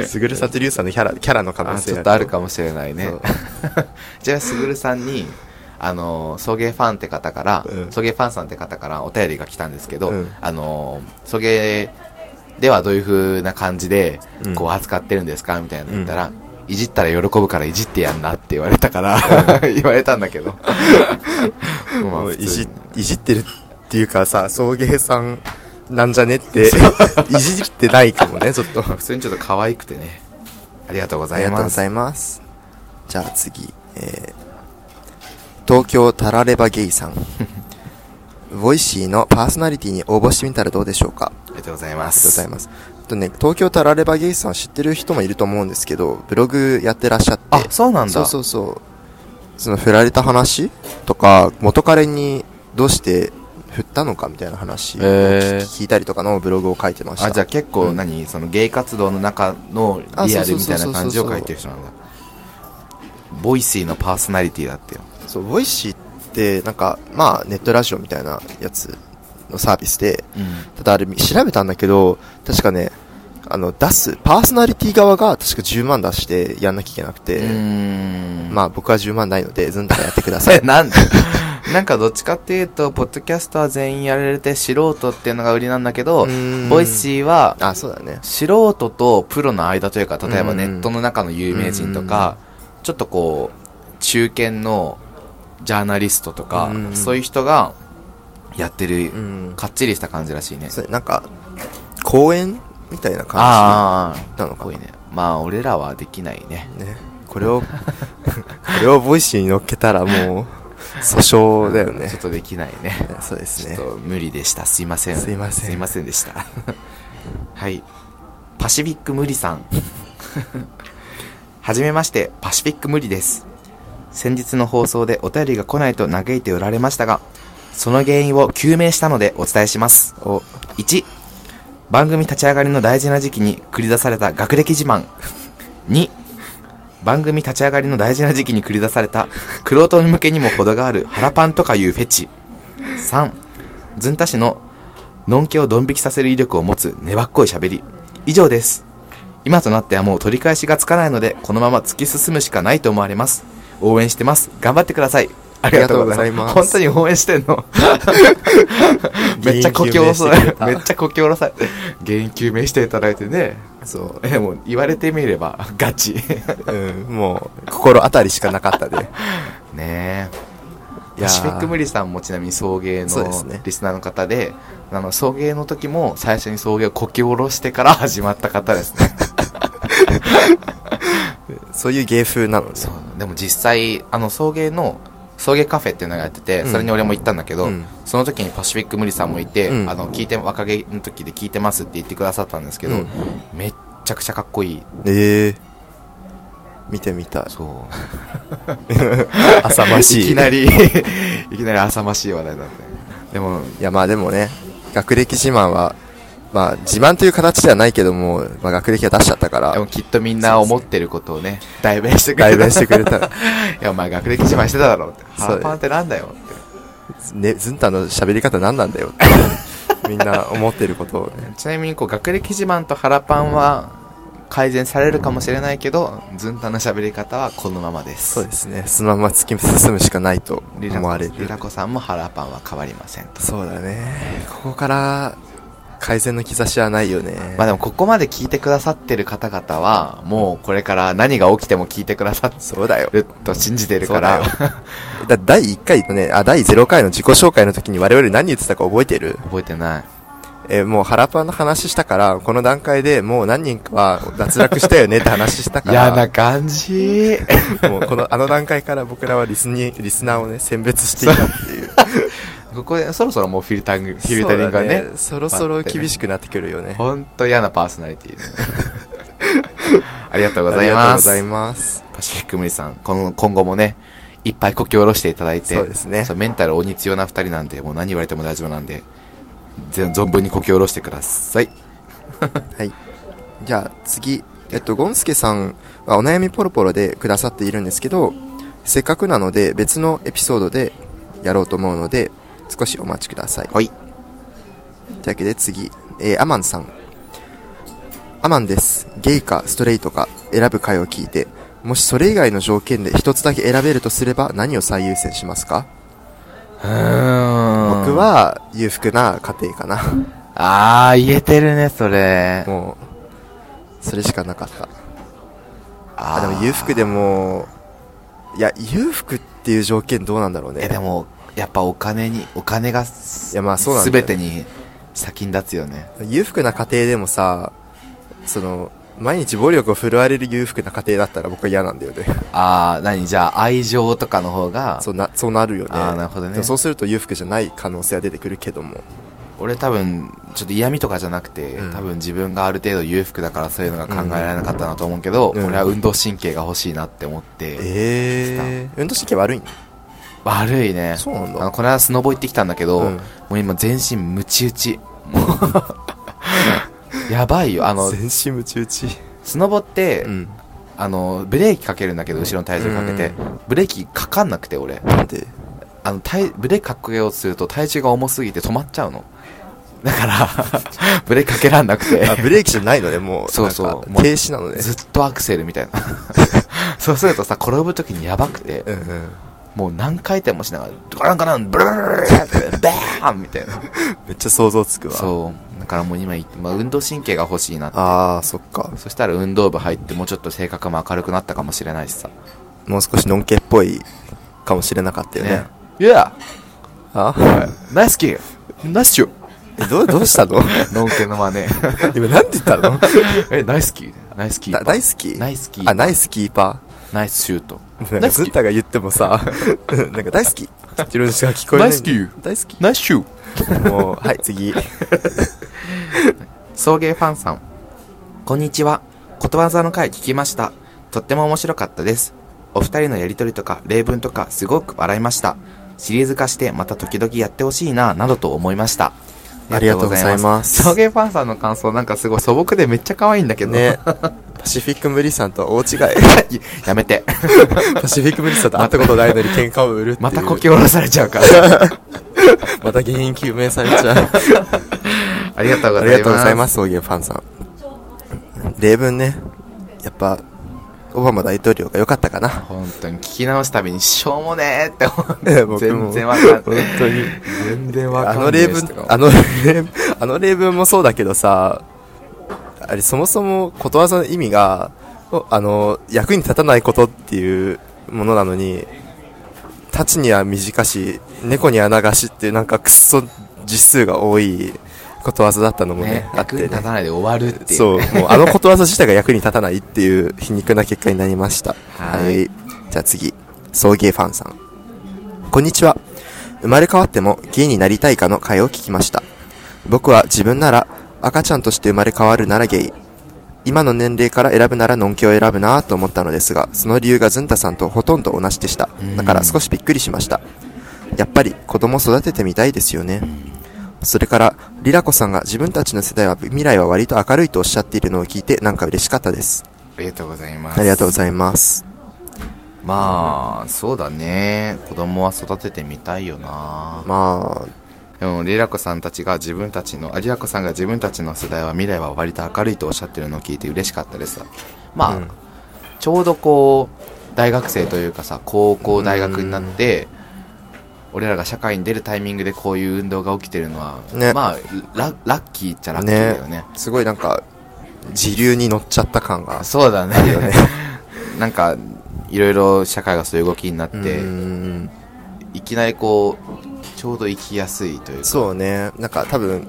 S1: すぐるさとりゅうさんのキャラ、キャラの可能
S2: あ
S1: 性
S2: ちょっとあるかもしれないね
S1: そう
S2: じゃあすぐるさんにあのー送迎ファンって方から、
S1: うん
S2: 送迎ファンさんって方からお便りが来たんですけど、
S1: うん
S2: あのー送迎ではどういう風な感じで
S1: うん
S2: こう扱ってるんですかみたいなの言ったら、いじったら喜ぶからいじってやんなって言われたから 言われたんだけ どまあ
S1: もう
S2: 普通に
S1: いじ、いじってるっていうかさ、送迎さんなんじゃねって いじってないかもねちょっと
S2: 普通にちょっと可愛くてねありがとうご
S1: あ
S2: ざ
S1: り
S2: い
S1: がとうご
S2: ま
S1: ざ
S2: す
S1: いますじゃあ次、えー東京タラレバゲイ さんボイシーのパーソナリティに応募してみたらどうでしょうか
S2: ありがとうござい
S1: あり
S2: ま
S1: がとうござ
S2: す
S1: います。あとね、東京タラレバゲイさん知ってる人もいると思うんですけど、ブログやってらっしゃって。
S2: あそうなんだ
S1: そうそうそう。その振られた話とか、元彼にどうして振ったのかみたいな話を
S2: へー
S1: 聞聞いたりとかのブログを書いてました。
S2: あじゃあ結構
S1: うん
S2: 何、そのゲイ活動の中のリアルみたいな感じを書いてる人なんだボイシーのパーソナリティだってよ
S1: そう、ボイシーって、なんか、まあ、ネットラジオみたいなやつのサービスで、
S2: うん
S1: ただあれ調べたんだけど、確かね、あの、出す、パーソナリティ側が確か10万出してやんなきゃいけなくて、
S2: ーん
S1: まあ僕は10万ないので、ずんだらやってください。
S2: なんなんかどっちかっていうとポッドキャスター全員やられて素人っていうのが売りなんだけどボイ
S1: ー。
S2: シーは
S1: あ、そうだね。
S2: 素人とプロの間というか例えば
S1: うん
S2: ネットの中の有名人とか、ちょっとこう中堅のジャーナリストとか、
S1: うん
S2: そういう人がやってる、
S1: うん。
S2: かっちりした感じらしいね
S1: それなんか、公演みたいな感
S2: ああ
S1: じなの
S2: かっ
S1: か
S2: こいいねまあ俺らはできないね
S1: な。ね。これを、 これをボイシーに乗っけたらもう、訴訟だよ ね
S2: ちょ。っとできないね
S1: ねそう です
S2: ちょっ
S1: ね。
S2: と無理でしたすいません
S1: すいません
S2: すいませんでした はいパシフィック無理さん はじめましてパシフィック無理です先日の放送でお便りが来ないと嘆いておられましたがその原因を究明したのでお伝えします
S1: お、
S2: 1番組立ち上がりの大事な時期に繰り出された学歴自慢2番組立ち上がりの大事な時期に繰り出されたくろと向けにも程がある腹パンとかいうフェチ3ずんた氏ののんけをドン引きさせる威力を持つ粘っこい喋り以上です今となってはもう取り返しがつかないのでこのまま突き進むしかないと思われます応援してます頑張ってくださいありがとうございます
S1: ありがとうござ
S2: 本当に応援してん のめっちゃこき下ろさ
S1: 原因究明してくれた
S2: めっちゃこき下ろさ原因究明していただいてね
S1: そ
S2: えもう言われてみればガチ
S1: う。うん、もう、心当たりしかなかったで。
S2: ねえ
S1: いや
S2: パ
S1: ー
S2: シフィック無理さんもちなみに送迎
S1: そうですね
S2: のリスナーの方であの送迎の時も最初に送迎をこき下ろしてから 始まった方ですね
S1: そういう芸風なのね。
S2: そうでも実際あの送迎の送迎カフェっていうのがやってて、
S1: うん
S2: それに俺も行ったんだけど、
S1: うん
S2: その時にパシフィック無理さんもいて、
S1: うん
S2: あの聞いて若気の時で聞いてますって言ってくださったんですけど、
S1: うん
S2: めっちゃくちゃかっこいい
S1: ええ見てみたい。
S2: そう
S1: 浅ましい。
S2: いきなりいきなり浅ましい話題だねでも
S1: いやまあでもね、学歴自慢は、まあ自慢という形ではないけども、まあ学歴は出しちゃったか
S2: でも
S1: ら、
S2: きっとみんな思ってることをね代弁してくれ
S1: 代
S2: た
S1: 弁してくれた。
S2: いやお前学歴自慢してただろうって
S1: そうだ
S2: 腹
S1: よ
S2: パンってなんだよっ
S1: ね、ずんたの喋り方何なんだよ って、みんな思ってることをね。
S2: てちなみにこう学歴自慢と腹パンは改善されるかもしれないけどずんたの喋り方はこのままです
S1: そうですね。そのまま突き進むしかないと
S2: リラ
S1: 思
S2: コ
S1: われる。
S2: リラコさんも腹パンは変わりませんと
S1: そうだね。ここから、改善の兆しはないよね。
S2: まあでもここまで聞いてくださってる方々はもうこれから何が起きても聞いてくださって
S1: そうだよ。
S2: ると信じてるから
S1: そうだ、第1回のね、あ、第0回の自己紹介の時に我々何言ってたか覚えてる
S2: 覚えてない
S1: えーもう腹パンの話したから、この段階でもう何人かは脱落したよねって話したか
S2: 嫌な
S1: ら、
S2: 感じ
S1: もうこの、あの段階から僕らはリスにリスナーをね、選別していたっていう。
S2: ここでそろそろもうフィルタリングフィルタリングがね
S1: そうだそろそろ厳しくなってくるよね。
S2: ほんと嫌なパーソナリティねありがとうご
S1: あ
S2: ざ
S1: り
S2: い
S1: がとう
S2: ま
S1: ご
S2: す
S1: ざいます。
S2: パシフィック無理さんこの今後もねいっぱいこき下ろしていただいて
S1: そうですね
S2: そうメンタル鬼強な二人なんでもう何言われても大丈夫なんで全存分にこき下ろしてください
S1: はい。じゃあ次、えっと、ゴンスケさんはお悩みポロポロでくださっているんですけど、せっかくなので別のエピソードでやろうと思うので、少しお待ちください。
S2: はい
S1: というわけで次、えーアマンさん。アマンです。ゲイかストレイトか選ぶ回を聞いて、もしそれ以外の条件で一つだけ選べるとすれば何を最優先しますか、僕
S2: 僕
S1: は裕福な家庭かな。
S2: ああ言えてるねそれ
S1: もう、それしかなかった。
S2: あ
S1: あ、でも裕福でも、いや、裕福っていう条件どうなんだろうね。
S2: えでもやっぱお金にお金が
S1: いやまあそうなんだよ
S2: 全てに先に立つよね
S1: 裕福な家庭でもさその毎日暴力を振るわれる裕福な家庭だったら僕は嫌なんだよね
S2: ああ何じゃあ愛情とかの方が
S1: そうなそうなるよね
S2: あーなるほどね
S1: でもそうすると裕福じゃない可能性は出てくるけども
S2: 俺多分ちょっと嫌味とかじゃなくて、
S1: うん
S2: 多分自分がある程度裕福だからそういうのが考えられなかったなと思うけど、
S1: うん
S2: 俺は運動神経が欲しいなって思って、
S1: ええ運動神経悪いの
S2: 悪いね
S1: そうなんだ
S2: あのこの間スノボ行ってきたんだけど、
S1: うん
S2: もう今全身ムチ打 ちもうやばいよあの
S1: 全身むち打ち
S2: スノボって、
S1: うん
S2: あのブレーキかけるんだけど後ろの体重かけて、
S1: う
S2: ブレーキかかんなくて俺
S1: なんで
S2: あの体ブレーキかけようとすると体重が重すぎて止まっちゃうのだから ブレーキかけらんなくて
S1: あブレーキじゃないのねもう
S2: そうそう
S1: なんか
S2: もう
S1: 停止なのね
S2: ずっとアクセルみたいなそうするとさ転ぶ時にやばくて
S1: うんうん
S2: もう何回転もしながらドカランカランブルルルルルルバーンみたいな
S1: めっちゃ想像つくわ
S2: そうだからもう今言って、まあ、運動神経が欲しいな
S1: ああそっか
S2: そしたら運動部入ってもうちょっと性格も明るくなったかもしれないしさ
S1: もう少しのんけっぽいかもしれなかったよね
S2: ねいや
S1: あ
S2: ナイスキーナイスキー
S1: えどうどうしたの
S2: ノンケの真似
S1: 今なんて言ったの
S2: えナイスキーナイスキーパ
S1: だ
S2: ー
S1: 大好き
S2: ナイスキーパー
S1: あナイスキーパ
S2: ナイスシュート
S1: ーなんかズッタが言ってもさ なんか大好きって言ってるのしか聞こえない
S2: 大好き
S1: 大好
S2: ナイスシュー
S1: きもうはい次
S2: 送迎ファンさん。こんにちは。ことわざの回聞きました。とっても面白かったです。お二人のやりとりとか例文とかすごく笑いました。シリーズ化してまた時々やってほしいな、などと思いました。
S1: ありがとうございます
S2: 送迎ファンさんの感想なんかすごい素朴でめっちゃ可愛いんだけど。
S1: ねパシフィック無理さんとは大 違い
S2: やめ て。
S1: パシフィックブリスタと会ったことないのに喧嘩を売るっていう。
S2: また呼吸下ろされちゃう から。
S1: また原因究明されちゃ う。
S2: ありがとうご
S1: あ
S2: ざいます。
S1: りがとうございます、そういうファンさん。例文ね。やっぱ、オバマ大統領が良かったかな。
S2: 本当に聞き直すたびにしょうもねーって思っ
S1: え
S2: て。
S1: 僕も
S2: 全然わかん
S1: 本
S2: ない。
S1: 当に。
S2: 全然わか
S1: あ
S2: んない。
S1: の例文、あの例文、あの例文もそうだけどさ、あれ、そもそもことわざの意味が、おあの、役に立たないことっていうものなのに、太刀には短し、猫には流しっていうなんかくっそ字数が多いことわざだったのもね、
S2: ね、
S1: あっ
S2: 役に
S1: て
S2: 立
S1: ね。
S2: たないで終わるっていう。
S1: そう、もうあのことわざ自体が役に立たないっていう皮肉な結果になりました。
S2: はい
S1: じゃあ次、送迎ファンさん。こんにちは。生まれ変わってもゲイになりたいかの会を聞きました。僕は自分なら赤ちゃんとして生まれ変わるならゲイ。今の年齢から選ぶならのんきを選ぶなぁと思ったのですが、その理由がズンタさんとほとんど同じでした。だから少しびっくりしました。やっぱり子供育ててみたいですよね。それから、リラコさんが自分たちの世代は未来は割と明るいとおっしゃっているのを聞いてなんか嬉しかったです。
S2: ありがとうございます。
S1: ありがとうご
S2: い
S1: ざいま
S2: ます。
S1: す。
S2: まあ、そうだね。子供は育ててみたいよな。
S1: ま
S2: でも、リラコさんたちが自分たちの、あリラコさんが自分たちの世代は未来は割と明るいとおっしゃってるのを聞いて嬉しかったです。まあ、
S1: うん
S2: ちょうどこう、大学生というかさ、高校、大学になって、俺らが社会に出るタイミングでこういう運動が起きてるのは、
S1: ね
S2: まあラ、ラッキーっちゃラ
S1: あ、
S2: ッキーだよ
S1: ね
S2: ね。、
S1: すごいなんか、自流に乗っちゃった感が。
S2: そうだね
S1: るよね
S2: なんかいろいろ社会がそういう動きになっ
S1: う
S2: て、
S1: ーん
S2: いきなりこうちょうど生きやすいというか
S1: そうね、なんか多分、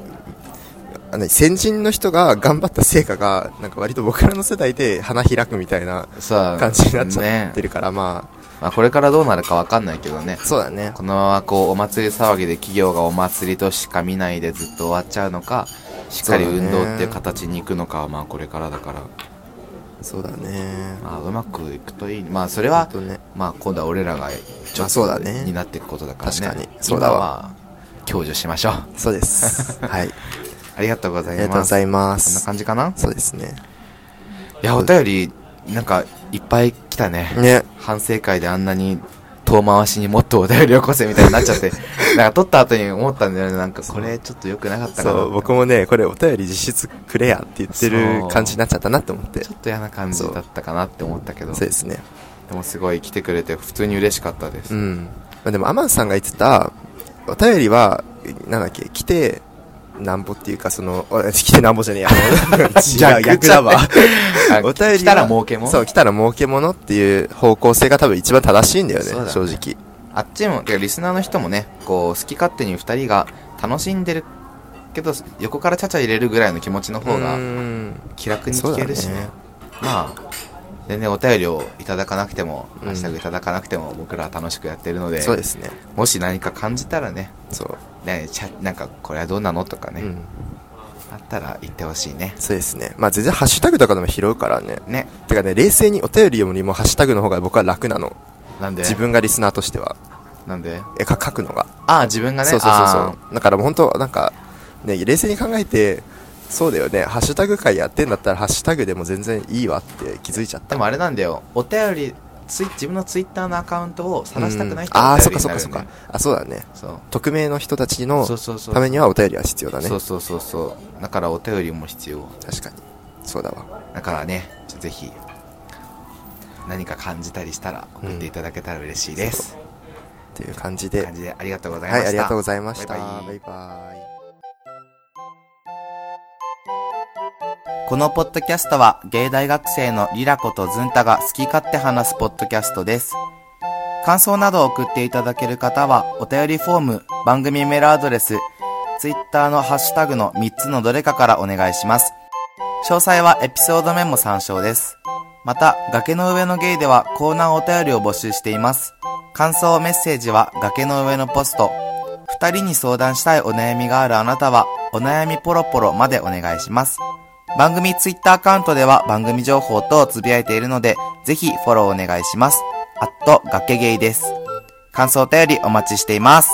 S1: あの先人の人が頑張った成果が、なんか割と僕らの世代で花開くみたいな
S2: さあ
S1: 感じになっちゃって
S2: ね
S1: るから、まあ、
S2: まあ、これからどうなるかわかんないけどね
S1: そうだね。
S2: このままこうお祭り騒ぎで企業がお祭りとしか見ないでずっと終わっちゃうのかしっかり
S1: そうだね
S2: 運動っていう形に行くのかはまあこれからだから、
S1: そうだね。
S2: まあ、うまくいくといいまあそれ
S1: あ
S2: は
S1: とね、
S2: まあ今度は俺らがちょ
S1: まあ
S2: っ
S1: そうだ
S2: と
S1: ね
S2: になっていくことだからね、
S1: 確かにそうだわ
S2: 今は享受しましょう
S1: そう です。はい。
S2: ありがとうござ
S1: あ
S2: い
S1: り
S2: ます
S1: がとうございま
S2: こんな
S1: す。
S2: 感じかな
S1: そうですね。
S2: いや、お便り、なんか、いっぱい来たね。
S1: ね、
S2: 反省会であんなに、遠回しにもっとお便りをこせみたいになっちゃ って、なんか撮った後に思ったんだよね。なんか、これちょっと良くなかったかな。
S1: そう、僕もね、これお便り実質くれやって言ってる
S2: そう
S1: 感じになっちゃったなって思って
S2: ちょ。っと嫌な感じだったかなって思ったけど、
S1: そう
S2: で
S1: ですね。
S2: もすごい来てくれて、普通に嬉しかったで
S1: う
S2: す。
S1: ん。まあ、でも、アマンさんが言ってた、お便りは、なんだっけ、来て、なんぼっていうか、その、お 来てなんぼじゃねえや。 違う、逆だわ。
S2: あ
S1: お便りは
S2: 来たら儲けもん
S1: そう、来たら儲けものっていう方向性が多分一番正しいんだよね、
S2: そうだね
S1: 正直。
S2: あっちも、てかリスナーの人もね、こう、好き勝手に二人が楽しんでるけど横からちゃちゃ入れるぐらいの気持ちの方が
S1: うん
S2: 気楽に聞けるしね
S1: そうだね
S2: まあ全然お便りをいただかなくても、
S1: うん
S2: ハッシュタグいただかなくても僕らは楽しくやってるので
S1: そうですね
S2: もし何か感じたらね
S1: そう、
S2: ねちゃなんかこれはどうなのとかね、
S1: うん
S2: あったら言ってほしいね
S1: そうですねまあ全然ハッシュタグとかでも拾うからね
S2: ね
S1: てかね冷静にお便りよりもハッシュタグの方が僕は楽なの
S2: なんで
S1: 自分がリスナーとしては
S2: なんで
S1: えか書くのが
S2: ああ自分がね
S1: そうそうそう
S2: あ
S1: そうだからもう本当なんか、ね、冷静に考えてそうだよねハッシュタグ会やってんだったらハッシュタグでも全然いいわって気づいちゃっ
S2: ー
S1: た
S2: でもあれなんだよお便りツイ自分のツイッターのアカウントを晒したくない人
S1: うんあ
S2: は
S1: あ
S2: お
S1: そ
S2: 便
S1: っ
S2: り
S1: か
S2: に
S1: そっ
S2: な
S1: か
S2: るよね
S1: そっかあそうだね
S2: そう
S1: 匿名の人たちの
S2: そうそうそう
S1: ためにはお便りは必要だね
S2: そうそうそうそうだからお便りも必要
S1: 確かにそうだわ
S2: だからねちょぜひ何か感じたりしたら送っていただけたら嬉しいです、
S1: っていう感じで
S2: 感じでありがとうございま
S1: は
S2: した、
S1: いありがとうございました
S2: バイバイ
S1: バイバイ
S3: このポッドキャストは芸大学生のリラコとズンタが好き勝手話すポッドキャストです。感想などを送っていただける方はお便りフォーム、番組メールアドレス、ツイッターのハッシュタグの3つのどれかからお願いします。詳細はエピソードメモ参照です。また、崖の上のゲイではコーナーお便りを募集しています。感想メッセージは崖の上のポスト。二人に相談したいお悩みがあるあなたは、お悩みポロポロまでお願いします。番組ツイッターアカウントでは番組情報等をつぶやいているので、ぜひフォローお願いします。あっと、崖ゲイです。感想お便りお待ちしています。